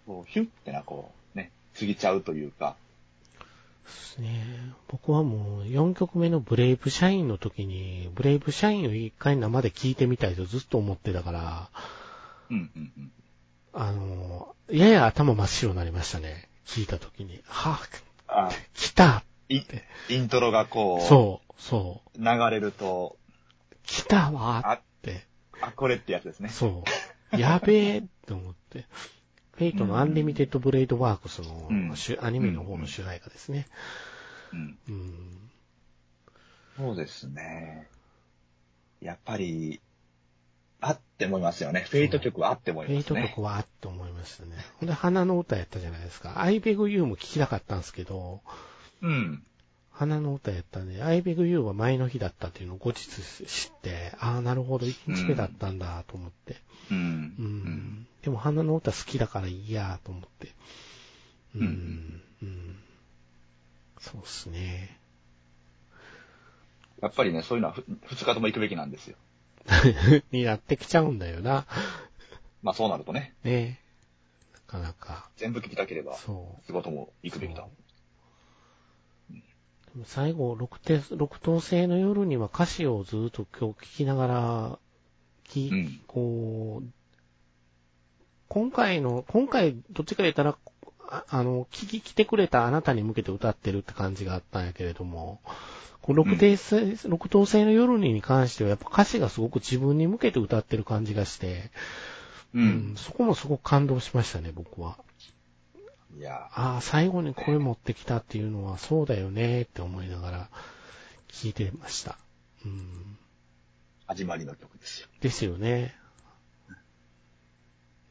S2: こう、ヒュッてな、こう、ね、過ぎちゃうというか、
S1: ですね。僕はもう4曲目のブレイブ社員の時に、ブレイブ社員を一回生で聴いてみたいとずっと思ってたから、
S2: うんうんうん。
S1: あの、やや頭真っ白になりましたね。聴いた時に。はぁ、
S2: あ
S1: 来た
S2: イイントロがこう、
S1: そう、そう。
S2: 流れると、
S1: 来たわ
S2: あ
S1: って。
S2: あ、これってやつですね。
S1: そう。やべえって思って。フェイトのアンリミテッドブレイドワークスの、
S2: うん
S1: 主アニメの方の主題歌ですね。
S2: うん、
S1: うん。
S2: そうですね。やっぱり、あって思いますよね。フェイト曲はあって思い
S1: フェ
S2: ま
S1: イ
S2: す
S1: ト
S2: ね。
S1: 曲はって思いましたね。ほんで、花の歌やったじゃないですか。I beg you も聴きたかったんですけど、
S2: うん。
S1: 花の歌やったんで、I beg you は前の日だったっていうのを後日知って、ああ、なるほど、1日目だったんだと思って。
S2: うん。
S1: うん。
S2: うん
S1: でも、花の歌好きだからいいやと思って。うん。うん。そうっすね。
S2: やっぱりね、そういうのはふ二日とも行くべきなんですよ。
S1: になってきちゃうんだよな。
S2: まあそうなるとね、
S1: ねなかなか。
S2: 全部聞きたければ、
S1: そう。
S2: 仕事も行くべきだ。
S1: でも最後、六手六等星の夜には歌詞をずっと今日聞きながら、き、
S2: うん
S1: こう、今回の、今回、どっちか言ったら、ああの、聞き来てくれたあなたに向けて歌ってるって感じがあったんやけれども、こう六等星、六等星の夜にに関しては、やっぱ歌詞がすごく自分に向けて歌ってる感じがして、
S2: う
S1: うん。そこもすごく感動しましたね、僕は。
S2: いや、
S1: ああ、最後に声持ってきたっていうのはそうだよねって思いながら聞いてました。うん。
S2: 始まりの曲ですよ。
S1: ですよね。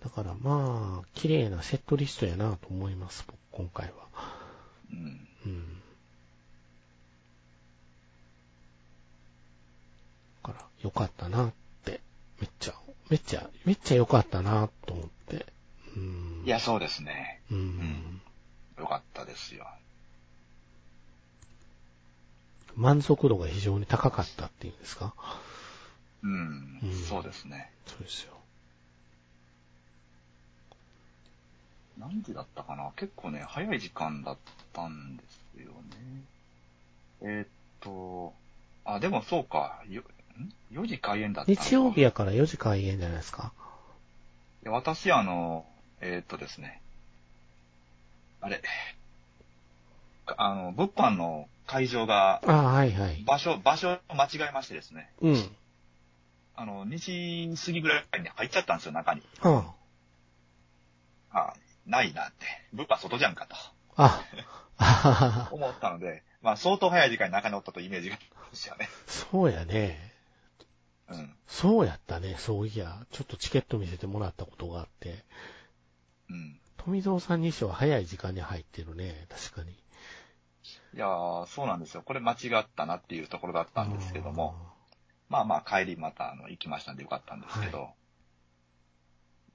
S1: だからまあ、綺麗なセットリストやなと思います、僕今回は。
S2: うん。
S1: うん。から、よかったなって、めっちゃ、めっちゃ、めっちゃよかったなと思って。うん。
S2: いや、、そうですね。
S1: うん。
S2: んよかったですよ。
S1: 満足度が非常に高かったっていうんですか
S2: うん、
S1: うん
S2: そうですね。
S1: そうですよ。
S2: 何時だったかな結構ね、早い時間だったんですよね。えーっと、あ、でもそうか、よん ?4 時開演だったのか
S1: 日曜日やから4時開演じゃないですか。
S2: で私、あの、えーっとですね、あれ、かあの、物販の会場が、
S1: ああ、はいはい。
S2: 場所、場所を間違えましてですね、
S1: うん。
S2: あの、2時過ぎぐらいに入っちゃったんですよ、中に。
S1: あ
S2: あないなって。物販外じゃんか
S1: あ。ああはは
S2: と
S1: は。
S2: 思ったので、まあ、相当早い時間に中におったというイメージがあるんですよね。
S1: そうやね。
S2: うん。
S1: そうやったね。そういや。ちょっとチケット見せてもらったことがあって。
S2: うん。
S1: 富蔵さんにしては早い時間に入ってるね。確かに。
S2: いやー、そうなんですよ。これ間違ったなっていうところだったんですけども、まあまあ、帰りまた、あの、行きましたんでよかったんですけど、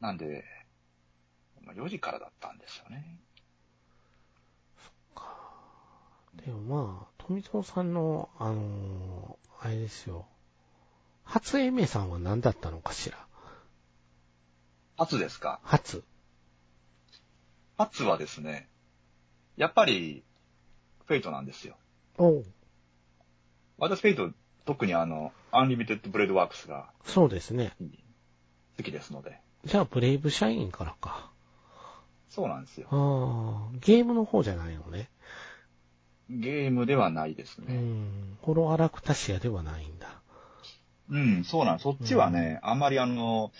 S2: なんで、まあ4時からだったんですよね。
S1: でもまあ、富蔵さんの、あのーあれですよ。初英明さんは何だったのかしら
S2: 初ですか
S1: 初。
S2: 初はですね、やっぱり、フェイトなんですよ。
S1: お
S2: 私、フェイト、特にあの、アンリミテッドブレードワークスが
S1: そうですね。
S2: 好きですので、
S1: じゃあ、ブレイブ社員からか。
S2: そうなんですよ。
S1: ああ、ゲームの方じゃないのね。
S2: ゲームではないです
S1: う
S2: ね。
S1: ん。ホロアラクタシアではないんだ。
S2: うん、そうなんそっちはね、あんまりあの、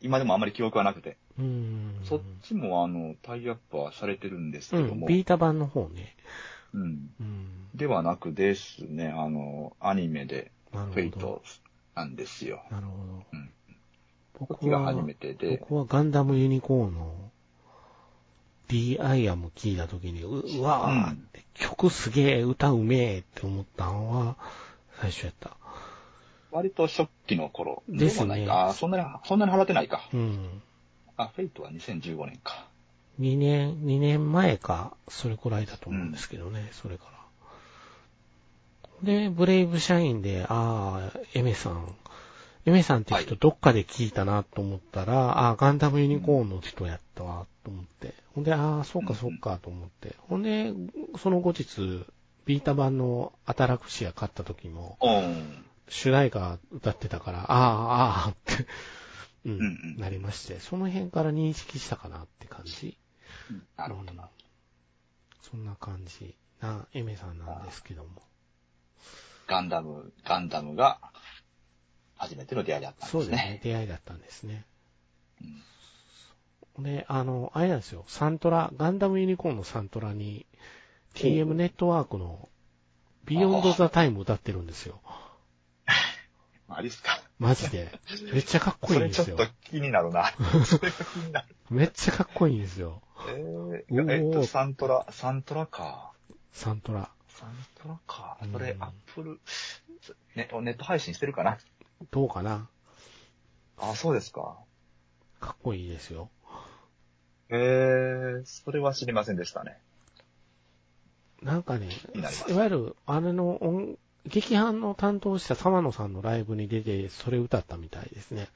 S2: 今でもあんまり記憶はなくて、
S1: うん。
S2: そっちもあの、タイアップはされてるんですけ
S1: う
S2: ど
S1: ん、
S2: も、
S1: ビータ版の方ね。
S2: うん、
S1: うん。
S2: ではなくですね、あの、アニメで、
S1: な
S2: フェ
S1: る
S2: イ
S1: ほど
S2: ト。なんですよ。
S1: なるほど。
S2: うんこっ
S1: 僕
S2: ちが
S1: は、
S2: 初めてで、
S1: 僕はガンダムユニコーンの DI アム聞いたときに、ううわーって、曲すげえ、歌うめえって思ったのは、最初やった。
S2: 割と初期の頃
S1: ですね
S2: もないか。あ、そんなに、そんなに払ってないか。
S1: うん。
S2: あ、フェイトは2015年か。
S1: 2年、2年前か、それくらいだと思うんですけどね、それから。で、ブレイブ社員で、ああ、エメさん、エメさんって人
S2: はい
S1: どっかで聞いたなと思ったら、ああ、ガンダムユニコーンの人やったわ、と思って。ほんで、ああ、そうか
S2: うん
S1: そうか、と思って。ほんで、その後日、ビータ版のアタラクシア買った時も、
S2: うん。
S1: 主題歌歌ってたから、ああ、ああ、って、うん、
S2: んうん
S1: なりまして、その辺から認識したかなって感じ。
S2: なるほど
S1: うん
S2: な。
S1: そんな感じな、エメさんなんですけども。
S2: ガンダム、ガンダムが、初めての出会いだったん
S1: そう
S2: で
S1: ですす
S2: ね
S1: ね。。出会いだったんですね。
S2: うん
S1: で、あの、あれなんですよ。サントラ、ガンダムユニコーンのサントラに、TM ネットワークの、ビヨンドザタイム歌ってるんですよ。
S2: ありっすか。
S1: マジで。めっちゃかっこいい
S2: そ
S1: ん
S2: れ
S1: で
S2: ちょっ
S1: すよ
S2: と。気になる な。それが気になる。
S1: めっちゃかっこいいんですよ。
S2: えー
S1: おー
S2: えっと、サントラ、サントラか。
S1: サントラ。
S2: サントラか
S1: う。ん
S2: それ、アップル、ネネット配信してるかな。
S1: どうかな
S2: あ、そうですか。
S1: かっこいいですよ。
S2: えー、それは知りませんでしたね。
S1: なんかね
S2: になりま、す
S1: いわゆる、あれの音、劇版の担当した様野さんのライブに出て、それ歌ったみたいですね。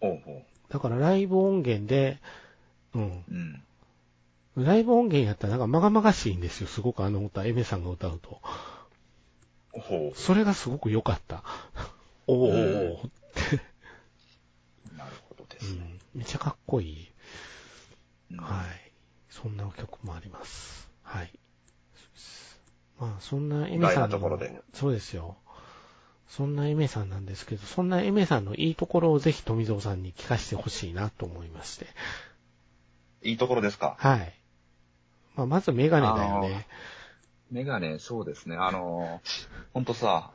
S2: おうおう。
S1: だからライブ音源で、うん。
S2: うん。
S1: ライブ音源やったらなんかまがまがしいんですよ。すごくあの歌、エメさんが歌うと。
S2: ほ
S1: それがすごく良かった。おお、うん
S2: う。なるほどですね。
S1: めっちゃかっこいい。
S2: うん
S1: はい。そんな曲もあります。はい。まあ、そんなエ
S2: 意
S1: メ
S2: 外
S1: さ
S2: なんところ
S1: の
S2: で、
S1: そうですよ。そんなエメさんなんですけど、そんなエメさんのいいところをぜひ富蔵さんに聞かせてほしいなと思いまして。
S2: いいところですか。
S1: はい。まあ、まずメガネだよね。
S2: メガネ、そうですね。あの、 ほんとさ、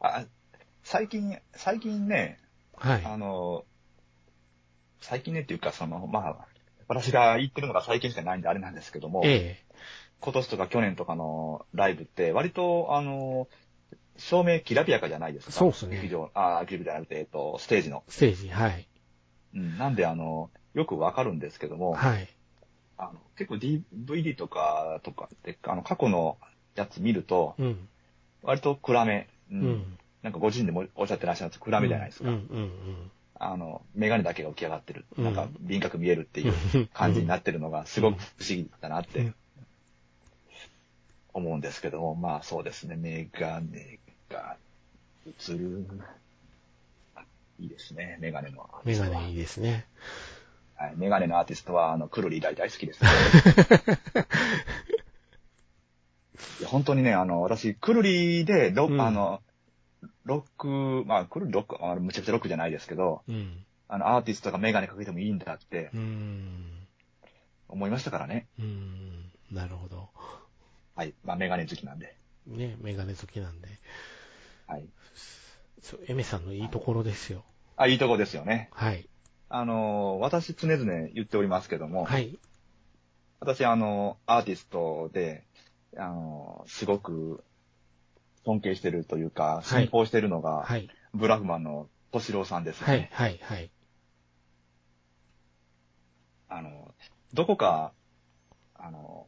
S2: あ最近、最近ね、
S1: はい。
S2: あの、最近ねっていうか、その、まあ、私が言ってるのが最近しかないんであれなんですけども、
S1: ええ。
S2: 今年とか去年とかのライブって、割と、あの、照明きらびやかじゃないですか。
S1: そうっすね
S2: 劇場、ああ、劇場じゃなくて、えっと、ステージの。
S1: ステージ、はい。
S2: うん。なんで、あの、よくわかるんですけども、
S1: はい。
S2: あの結構 DVD とか、とかって、あの、過去のやつ見ると、
S1: うん。
S2: 割と暗め。う。
S1: うんん。
S2: なんかご自身でもおっしゃってらっしゃるんですけど暗めじゃないですか。
S1: うんうん
S2: あの、メガネだけが浮き上がってる。
S1: うん
S2: なんか、輪郭見えるっていう
S1: うん。
S2: 感じになってるのが、すごく不思議だなっ
S1: う
S2: て
S1: ん、
S2: 思うんですけども、まあそうですね、メガネが映る。いいですね、メガネのアーティ
S1: メ
S2: ス
S1: ガ
S2: トは。
S1: ネいいですね。
S2: はい、メガネのアーティストは、あの、クルリー大大好きで す、ね。いや本当にね、あの、私、クルリーで、ロ
S1: うん
S2: あの、ロック、まあ、クルリロック、あのむちゃくちゃロックじゃないですけど、
S1: うん。
S2: あの、アーティストがメガネかけてもいいんだって
S1: うん。
S2: 思いましたからね。
S1: うん。なるほど。
S2: はい。まあ、メガネ好きなんで。
S1: ね、メガネ好きなんで。
S2: はい。
S1: そう、エメさんのいいところですよ。
S2: あ、いいとこですよね。
S1: はい。
S2: あの、私、常々言っておりますけども、
S1: はい。
S2: 私、あの、アーティストで、あの、すごく尊敬してるというか、
S1: い
S2: 信奉してるのが、
S1: はい。
S2: ブラフマンの敏郎さんですよ
S1: はい
S2: ね。。
S1: はい。はい。
S2: あの、どこか、あの、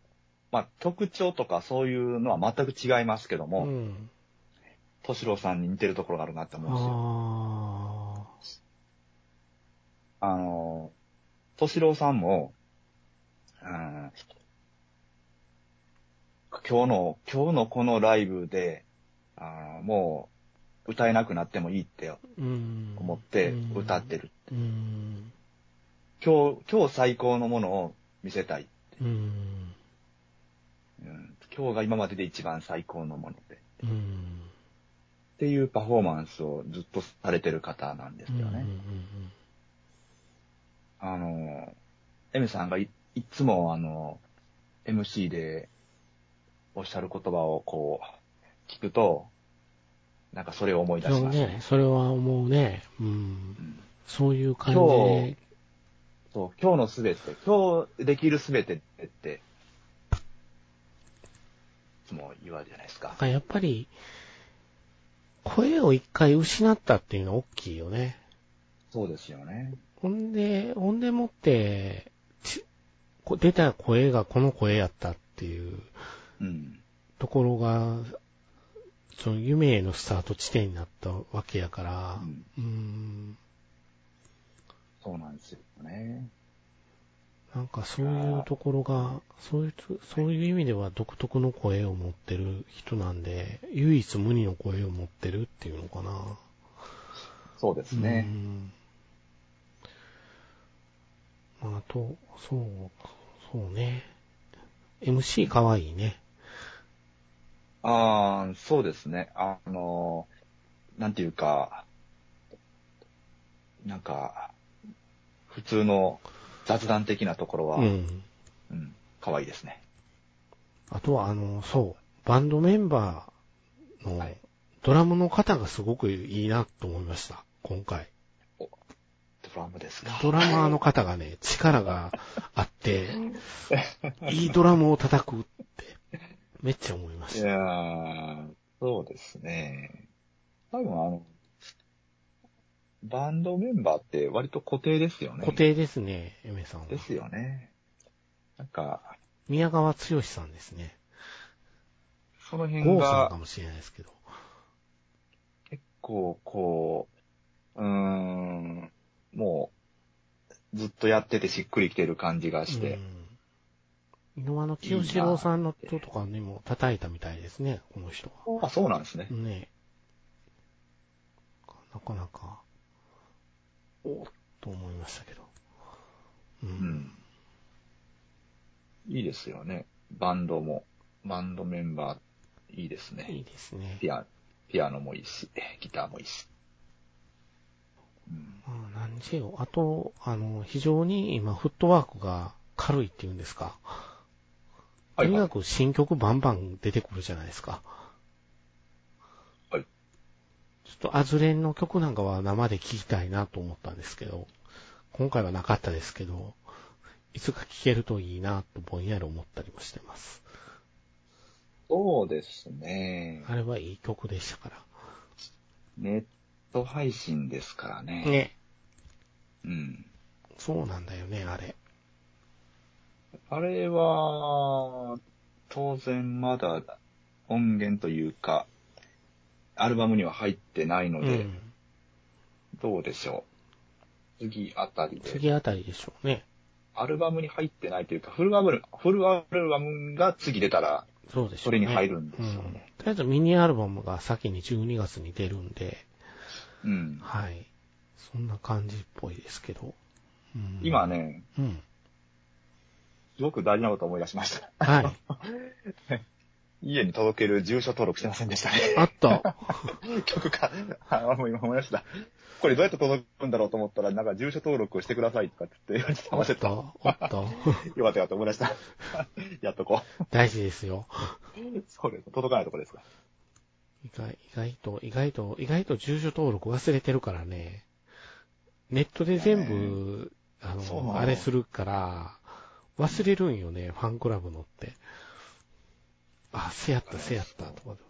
S2: まあ、曲調とかそういうのは全く違いますけど
S1: う
S2: も、
S1: ん。
S2: 敏郎さんに似てるところがあるなって思うんですよ。
S1: あ
S2: あの、敏郎さんも、うん、今日の、今日のこのライブで、あのもう歌えなくなってもいいって
S1: あ。うん。
S2: 思って歌ってる。
S1: うん。
S2: 今日、今日最高のものを見せたい。
S1: うん。
S2: うん、今日が今までで一番最高のもので。っ
S1: うん。うん。
S2: ていうパフォーマンスをずっとされてる方なんです
S1: うん
S2: よね。あの、エミさんがいいつもあの、MC でおっしゃる言葉をこう、聞くと、なんかそれを思い出し
S1: そう
S2: ますね。
S1: ね、それは思うね。うん
S2: う。ん
S1: そういう感じ
S2: 今
S1: で
S2: 日。そう、今日のすべて、今日できるすべてって、いつも言われるじゃないですか
S1: なん。かやっぱり、声を一回失ったっていうのは大きいよね。
S2: そうですよね。
S1: ほんで、ほんでもって、ちこ出た声がこの声やったっていう
S2: うん。
S1: ところが、その夢へのスタート地点になったわけやから、うーん、
S2: そうなんですよね。
S1: なんかそういうところが、そういうつ、そういう意味では独特の声を持ってる人なんで、唯一無二の声を持ってるっていうのかな。
S2: そうですね。
S1: うん。まあ、あと、そう、そうね。MC かわいいね。
S2: ああ、そうですね。あの、なんていうか、なんか、普通の雑談的なところは、
S1: う
S2: うん、
S1: ん。
S2: 可愛いですね。
S1: あとは、あの、そう、バンドメンバーの
S2: はい
S1: ドラムの方がすごくいいなと思いました、今回。
S2: ドラムですか。
S1: ドラマーの方がね、力があ って、いいドラムを叩くって、めっちゃ思いま
S2: い
S1: した。
S2: やーそうですね。多分あの、バンドメンバーって割と固定ですよね。
S1: 固。定ですね、エメさんは
S2: で。すよね。なんか、
S1: 宮川剛さんですね。
S2: その辺
S1: 郷さん
S2: が
S1: かもしれないですけど。
S2: 結構こう、うーん、もう、ずっとやっててしっくりきてる感じがして、
S1: うん。井上の清志郎さんの人とかにも叩いたみたいですね、この人は。
S2: あ、そうなんですね。
S1: ねなかなか、おっと思いましたけど。う。
S2: うんん。いいですよね。バンドも、バンドメンバー、いいです
S1: い
S2: ね。
S1: いですね。
S2: ピア、ピアノもいいし、ギターもいいし。うん、
S1: まあ、何せよ。あと、あの、非常に今、フットワークが軽いっていうんですか。と
S2: はい
S1: に
S2: は
S1: か
S2: い。
S1: く新曲バンバン出てくるじゃないですか。
S2: はい
S1: ちょっとアズレンの曲なんかは生で聴きたいなと思ったんですけど、今回はなかったですけど、いつか聴けるといいなとぼんやり思ったりもしてます。
S2: そうですね。
S1: あれはいい曲でしたか
S2: ネット配信ですからね。
S1: ら。ね。
S2: うん。
S1: そうなんだよね、あれ。
S2: あれは、当然まだ音源というか、アルバムには入ってないの
S1: う
S2: で、
S1: ん。
S2: どうでしょう。次あたりで。
S1: 次あたりでしょうね。
S2: アルバムに入ってないというか、フルアルフルアルバムが次出たら、
S1: そうでしょ
S2: そう
S1: ね。
S2: れに入るんで
S1: う
S2: す
S1: ん。
S2: よ
S1: とり
S2: ね。
S1: あえずミニアルバムが先に12月に出るんで、
S2: うん。
S1: はい。そんな感じっぽいですけど。うん、
S2: 今。ね、
S1: うん。
S2: すごく大事なことを思い出しました。
S1: はい。
S2: 家に届ける住所登録してませんでしたね。
S1: あった。
S2: 曲か。あ、もう今思い出した。これどうやって届くんだろうと思ったら、なんか住所登録をしてくださいとかって言われて
S1: あ
S2: ま
S1: っ
S2: せ
S1: た。
S2: た。
S1: あった。
S2: よかったよかった、思い出した。 やっとこう。
S1: 大事ですよ。
S2: そうです。届かないとこですか。
S1: 意外、意外と、意外と、意外と住所登録忘れてるからね。ネットで全部、あ
S2: そうな
S1: の、
S2: の
S1: あれするから、忘れるんよね、ファンクラブのって。あ、せやった、せやった、とかで。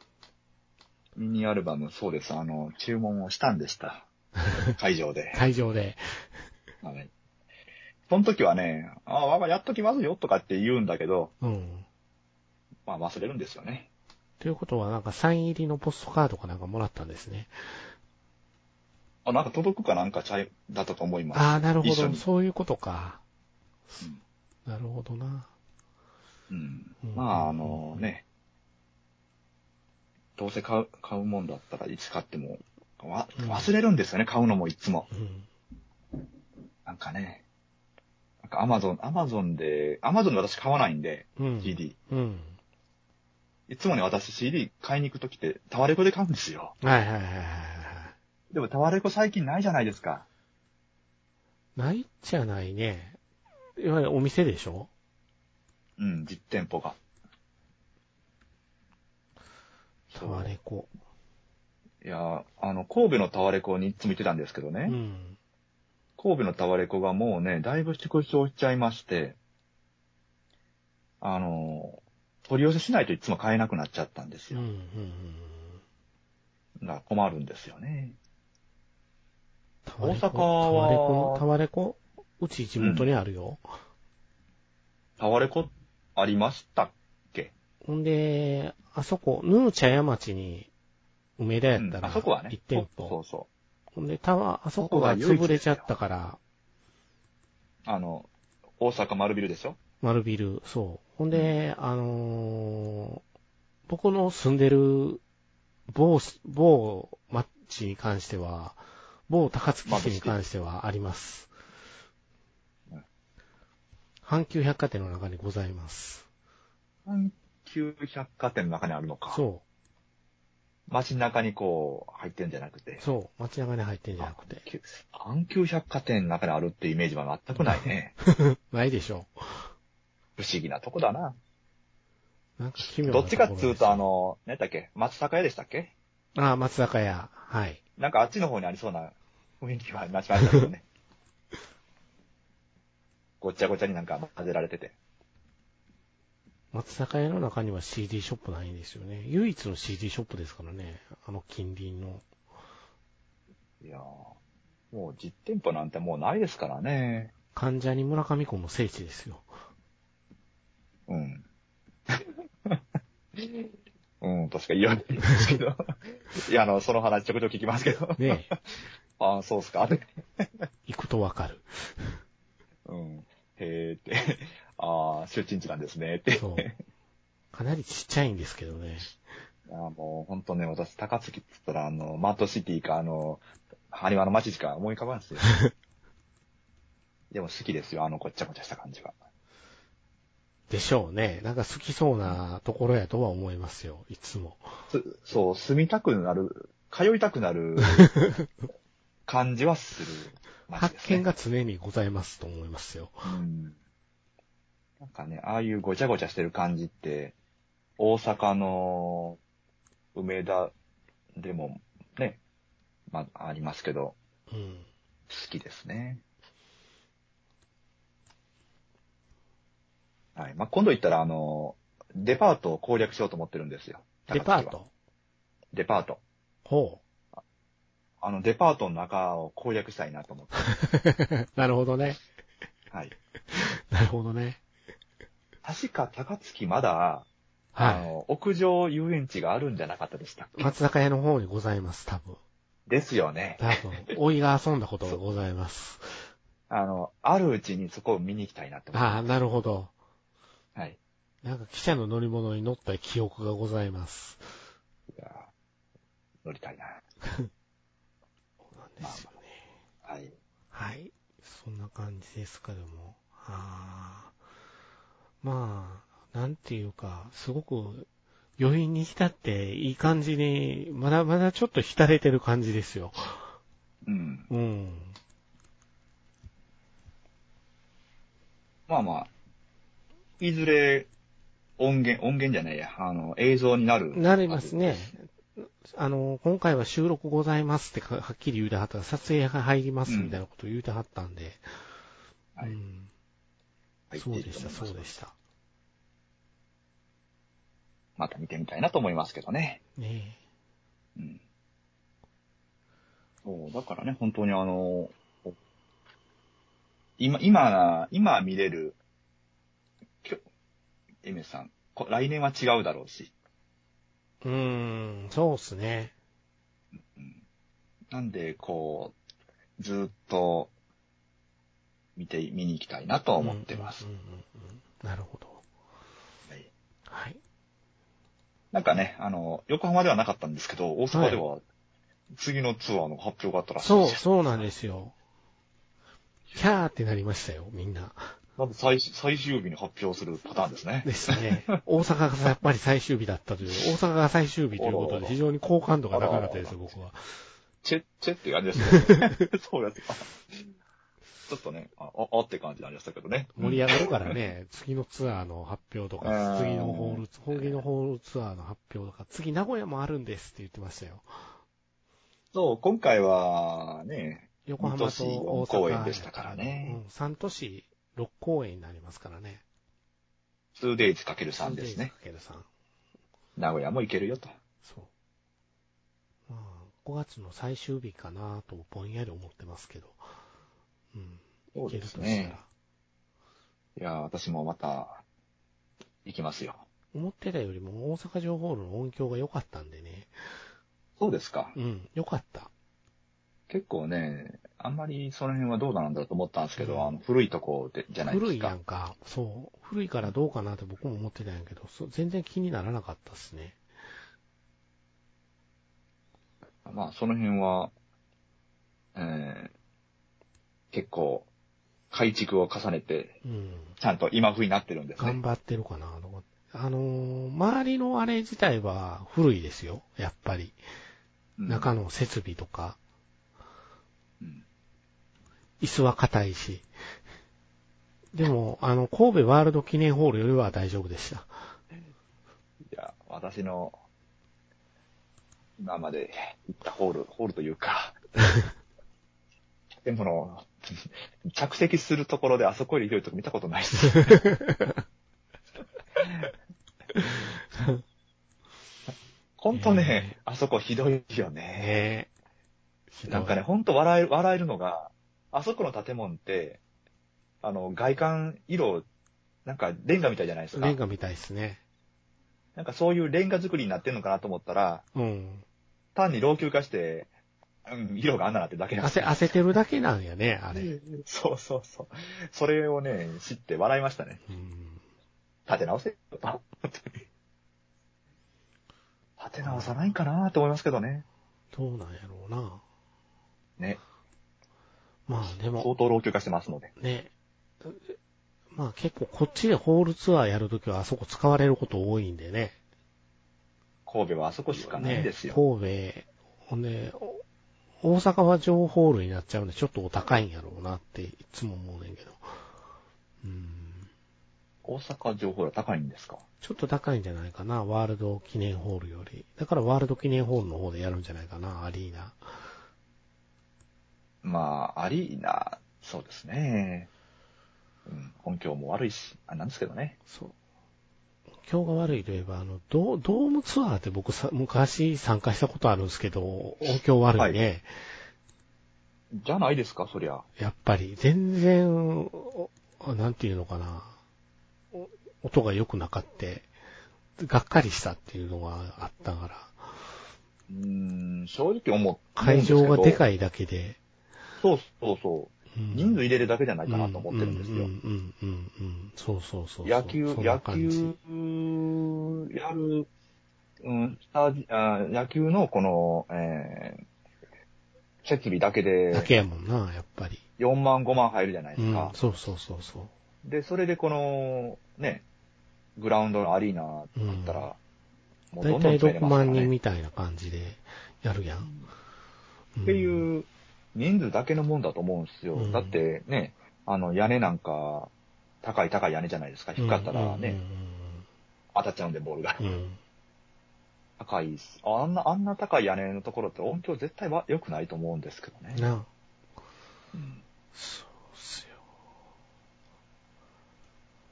S2: ミニアルバム、そうです。あの、注文をしたんでした。会場 で。
S1: 会場で。
S2: はい。その時はね、あ、わかやっときますよとかって言うんだけど、
S1: うん。
S2: まあ忘れるんですよね。
S1: ということは、なんかサイン入りのポストカードかなんかもらったんですね。
S2: あ、なんか届くかなんかちゃい、だったと思います。
S1: ああ、なるほ
S2: 一緒
S1: ど。
S2: に
S1: そういうことか。なるほどな。
S2: うん
S1: うん。
S2: まあ、あのね、どうせ買う、買うもんだったらいつ買っても、わ
S1: うん
S2: 忘れるんですよね、買うのもいつも。
S1: うん。
S2: なんかね、なんかアマゾン、アマゾンで、アマゾンで私買わないんで、
S1: うん。
S2: CD。
S1: うん。
S2: いつもね、私 CD 買いに行くときって、タワレコで買うんですよ。
S1: はいはいはいはいはい。
S2: でもタワレコ最近ないじゃないですか。
S1: ないっちゃないね。いわゆるお店でしょ
S2: うん、実店舗が。
S1: タワレコ。
S2: いや、あの、神戸のタワレコにいつも行ってたんですけどね、
S1: うん。
S2: 神戸のタワレコがもうね、だいぶ縮小しちゃいまして、あの、取り寄せしないといつも買えなくなっちゃったんです
S1: うん。う
S2: よ。
S1: ん
S2: だから困るんですよね。
S1: タワレコ
S2: 大阪は
S1: タワレコタワレコうち地元にあるよ。
S2: タワレコありました
S1: ほんで、あそこ、ヌー茶屋町に、梅田やった
S2: うん
S1: ら、
S2: あそこはね
S1: 一、店
S2: そう
S1: 舗。
S2: そうそ
S1: ほんで、タワー、あそこが潰れちゃったから、
S2: う。あの、大阪丸ビルでしょ
S1: 丸ビル、そう。ほんで、あのー僕の住んでる某、某町に関しては、某高槻市に関してはあります
S2: うん。
S1: 阪急百貨店の中にございます。
S2: 阪急百貨店の中にあるのか。
S1: そ
S2: 街中にこう、入ってんじゃなくて
S1: う、。そう、街中に入ってんじゃなくて。
S2: 阪急阪急百貨店の中にあるってイメージは全くない ね。
S1: ないでしょ
S2: 不思議なとこだな。
S1: う。なんか奇妙な
S2: どっちかっ
S1: ころ
S2: つう
S1: ですよ
S2: と、あ、の、何だっけ、松坂屋でしたっけ
S1: ああ、松坂屋。はい。
S2: なんかあっちの方にありそうな雰囲気はなしましたけど ね。ごっちゃごちゃになんか混ぜられてて。
S1: 松坂屋の中には CD ショップないんですよね。唯一の CD ショップですからね。あの近隣の。
S2: いやーもう実店舗なんてもうないですからね。
S1: 患者に村上子の聖地ですよ。
S2: うん。うん、確かに言われてるんですけど。いや、あの、その話ちょくちょく聞きますけど。
S1: ねえ
S2: ああ、そうっすか。
S1: 行くとわかる。
S2: うん。へえって。 ああ、出陳地なんですね。って。
S1: そう。かなりちっちゃいんですけどね。
S2: あーもう、ほんとね、私、高槻って言ったら、あの、マッドシティか、あの、ハニワの街しか思い浮かばんですよ。でも好きですよ、あの、ごっちゃごちゃした感じが。
S1: でしょうね。なんか好きそうなところやとは思いますよ。いつも。
S2: すそう、住みたくなる、通いたくな る感じはする街
S1: 発
S2: ですね。
S1: 見が常にございますと思いますよ。
S2: うん。なんかね、ああいうごちゃごちゃしてる感じって、大阪の梅田でもね、まあ、ありますけど、
S1: うん。
S2: 好きですね。はい。まあ、今度行ったら、あの、デパートを攻略しようと思ってるんですよ。
S1: デパー
S2: 高槻は
S1: ト
S2: デパート。
S1: ほ
S2: あの、デパートの中を攻略したいなと思って。
S1: う。なるほどね。
S2: はい。
S1: なるほどね。
S2: 確か高槻まだ、あ
S1: は
S2: の、屋上遊園地があるんじゃなかったでしたっ
S1: い。
S2: け
S1: 松坂屋の方にございます、多分。
S2: ですよね。
S1: 多分。 おいが遊んだことがございます。
S2: あの、あるうちにそこを見に行きたいなと思って。
S1: ああ、なるほど。
S2: はい。
S1: なんか汽車の乗り物に乗った記憶がございます。
S2: いや乗りたいな。
S1: そうなんですよね。
S2: はい。
S1: はい。そんな感じですか、でも。あーまあ、なんていうか、すごく余韻に浸っていい感じに、まだまだちょっと浸れてる感じですよ。
S2: うん。
S1: うん。
S2: まあまあ、いずれ、音源、音源じゃないや、あの、映像になる。
S1: なりますね。あの、今回は収録ございますってかはっきり言うてはったら、撮影が入りますみたいなことを言うてはったんで。
S2: はい
S1: うん
S2: 入っ
S1: そう
S2: てい
S1: で
S2: ると
S1: し
S2: 思
S1: た、
S2: います
S1: そうでした。
S2: また見てみたいなと思いますけどね。
S1: ね
S2: うん。そう、だからね、本当にあの、今、今、今見れる、今日、エミさん、こ来年は違うだろうし。
S1: え。うーん、そうっすね。
S2: なんで、こう、ずーっと、見て、見に行きたいなと思ってます
S1: うん。うんうんうんなるほど。
S2: はい
S1: はい。
S2: なんかね、あの、横浜ではなかったんですけど、大阪では、次のツアーの発表があったらしい
S1: そう、
S2: です。
S1: そうなんですよ。キャーってなりましたよ、みんな。
S2: なんで最終最終日に発表するパターンですね。
S1: ですね。大阪がやっぱり最終日だったという、大阪が最終日ということで、非常に好感度が高かったですよ、僕は。
S2: チェッ、チェって感じですね。 そうやって。ちょっとね、あ、あ、あって感じになりましたけどね。
S1: 盛り上がるからね、次のツアーの発表とか、
S2: うん
S1: 次のホール、次のホールツアーの発表とか、次名古屋もあるんですって言ってましたよ。
S2: そう、今回は、ね、
S1: 横浜
S2: 二都
S1: と
S2: 市
S1: 大阪。
S2: 四公演でしたからね
S1: うん、3都市6公演になりますからね。
S2: 2days×3 ですね。。
S1: かける3。
S2: 名古屋も行けるよと。
S1: そう。まあ、5月の最終日かなとぼんやり思ってますけど。うん。
S2: そう
S1: いけ
S2: で
S1: る
S2: す
S1: とした
S2: ね
S1: ら。。
S2: いやー、私もまた、行きますよ。
S1: 思ってたよりも大阪城ホールの音響が良かったんでね。
S2: そうですか。
S1: うん、良かった。
S2: 結構ね、あんまりその辺はどうなんだろうと思ったんですけ
S1: うん
S2: ど、あの、古いとこで、じゃないで
S1: 古
S2: す
S1: いや
S2: か。
S1: んか。そう。古いからどうかなって僕も思ってたんやけど、そう全然気にならなかったですね。
S2: まあ、その辺は、えー結構、改築を重ねて、
S1: うん。
S2: ちゃんと今風になってるんですね
S1: 頑。張ってるかなと思って。あのー周りのあれ自体は古いですよ。やっぱり。
S2: うん
S1: 中の設備とか、
S2: うん
S1: 椅子は硬いし。でも、あの、神戸ワールド記念ホールよりは大丈夫でした。
S2: いや、私の、今まで行ったホール、ホールというか、 でもの、着席するところであそこより広いとこ見たことな いです。ほんとね、あそこひどいよね。
S1: ねえ。
S2: なんかね、、ほんと笑える、笑えるのが、あそこの建物って、あの、外観色、なんかレンガみたいじゃないですか
S1: レン。ガみたいですね。
S2: なんかそういうレンガ作りになってんのかなと思ったら、
S1: うん。
S2: 単に老朽化して、うん、色があんななってだけなんです
S1: 焦、焦ってるだけなんやね、あれ。
S2: そうそうそう。それをね、知って笑いましたね。
S1: うん。
S2: 立て直せよ と。立て直さないんかなと思いますけどね。
S1: どうなんやろうな。
S2: ね。
S1: まあ、でも、
S2: 相当老朽化してますので。
S1: ね。まあ結構こっちでホールツアーやるときはあそこ使われること多いんでね。
S2: 神戸はあそこしかないんですよ。
S1: ね神戸、ほんで、お大阪は城ホールになっちゃうんでちょっとお高いんやろうなっていつも思うねんけど。うん。
S2: 大阪情報量高いんですか
S1: ちょっと高いんじゃないかな、ワールド記念ホールより。だからワールド記念ホールの方でやるんじゃないかな、アリーナ。
S2: まあ、アリーナ、そうですね。うん、音響も悪いし、あれなんですけどね。
S1: そう。況が悪いといえば、あの、ドドームツアーって僕さ、昔参加したことあるんですけど、音響悪いね。
S2: じゃないですか、そりゃ。
S1: やっぱり、全然、おなんていうのかな。お音が良くなかって、がっかりしたっていうのがあったから。
S2: うーん、正直思う。
S1: 会場がで
S2: い。
S1: かいだけで。
S2: そうそうそう。
S1: うん
S2: 人数入れるだけじゃないかなと思ってるんですよ。
S1: うんうんうんうんうんうん。そうそうそうそう。
S2: 野球、
S1: そん
S2: 野
S1: な感じ
S2: 球、やる、うん、スタジあ野球のこの、えー、設備だけ
S1: だ
S2: で
S1: けやもんな、やっぱり。
S2: 4万5万入るじゃないで
S1: う
S2: す
S1: ん
S2: か。。
S1: そうそうそうそ
S2: で、それでこの、ね、グラウンドのアリーナだったら、
S1: う。
S2: もう
S1: だ
S2: ど
S1: い
S2: んど
S1: た
S2: ん
S1: い
S2: 増えれ
S1: 6
S2: ますから
S1: 万人
S2: ね。
S1: みたいな感じでやるやん。ん
S2: っていう人数だけのもんだと思うんですよ。
S1: うん
S2: だってね、あの屋根なんか、高い高い屋根じゃないですか。低かったらね、当たっちゃうんで、ボールが
S1: う。ん。うんうんうん
S2: 高いっす。あんな、あんな高い屋根のところって音響絶対は良くないと思うんですけどね。
S1: なあ
S2: うん
S1: そうっすよ。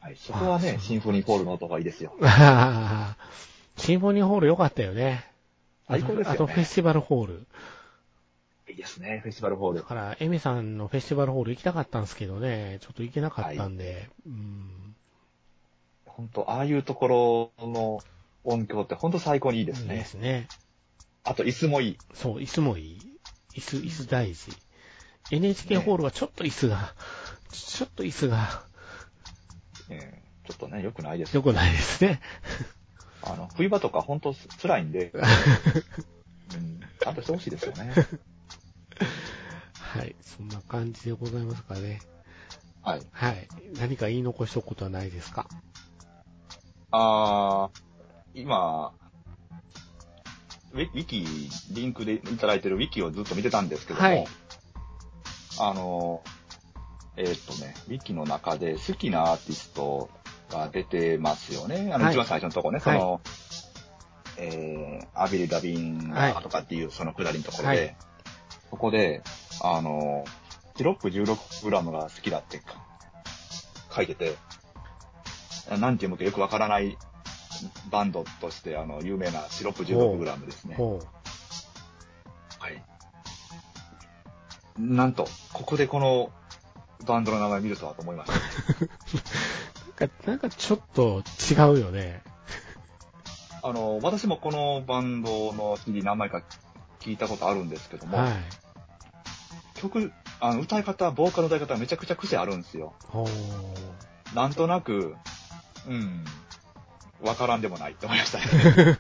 S2: はい、そこは
S1: あそ
S2: ね
S1: う、
S2: シンフォニーホールの音がいいですよ。
S1: あはは シンフォニーホール良かったよね。あと
S2: 最高ですよね
S1: あとフェスティバルホール。
S2: いいですね、フェスティバルホー
S1: だ
S2: ル。
S1: から、エミさんのフェスティバルホール行きたかったんですけどね、ちょっと行けなかったんで、うん。
S2: 本当ああいうところの音響って本当最高にいいです
S1: いいで
S2: ね。
S1: すね。
S2: あと、椅子もいい。
S1: そう、椅子もいい。椅子、椅子大事。NHK ホールはちょっと椅子が、ちょっと椅子が
S2: えーちょっとね、良くないです
S1: 良
S2: よ。
S1: くないですね。
S2: あの、冬場とか本当辛いん で、うん、ちゃんとしてほしいですよね。
S1: はい。そんな感じでございますかね。
S2: はい。
S1: はい。何か言い残しておくことはないですか
S2: あー、今、ウィウィキ、リンクでいただいてるウィキをずっと見てたんですけども、
S1: はい
S2: あの、えーっとね、ウィキの中で好きなアーティストが出てますよね。あの、
S1: はい
S2: 一番最初のとこね、
S1: はい
S2: その、えー、アビリ・ダビンがとかっていうそのくだりのところで、
S1: はい
S2: ここで、あの、シロップ 16g が好きだってか書いてて、なんていうのかよくわからないバンドとして、あの、有名なシロップ 16g ですね。
S1: ほ
S2: はい。なんと、ここでこのバンドの名前見るとはと思いました。
S1: う。なんか、なんかちょっと違うよね。
S2: あの、私もこのバンドの CD 何枚か聞いたことあるんですけども、
S1: はい。
S2: 曲、あの歌い方、ボーカルの歌い方めちゃくちゃ癖あるんですよ。
S1: ほう。
S2: なんとなく、うん、わからんでもないって思いましたね。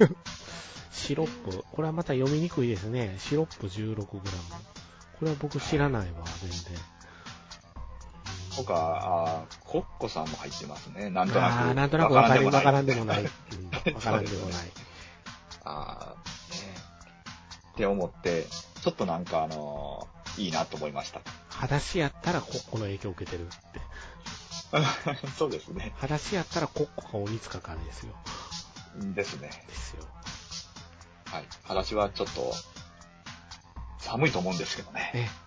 S1: シロップ。これはまた読みにくいですね。シロップ 16g。これは僕知らないわ、全然。うん
S2: 他、あーコッコさんも入ってますね。なんとな
S1: ああ、
S2: く。
S1: なんとなくわかり、わからんでもない。
S2: い。
S1: うんわからんでもない。
S2: あーねって思って、ちょっとなんかあのーいいなと思いました。
S1: 裸足やったらコッコの影響を受けてるって。
S2: そうですね。
S1: 裸足やったらコッコか鬼塚かですよ。
S2: ですね。
S1: ですよ。
S2: はい。話はちょっと、寒いと思うんですけどね。
S1: ね。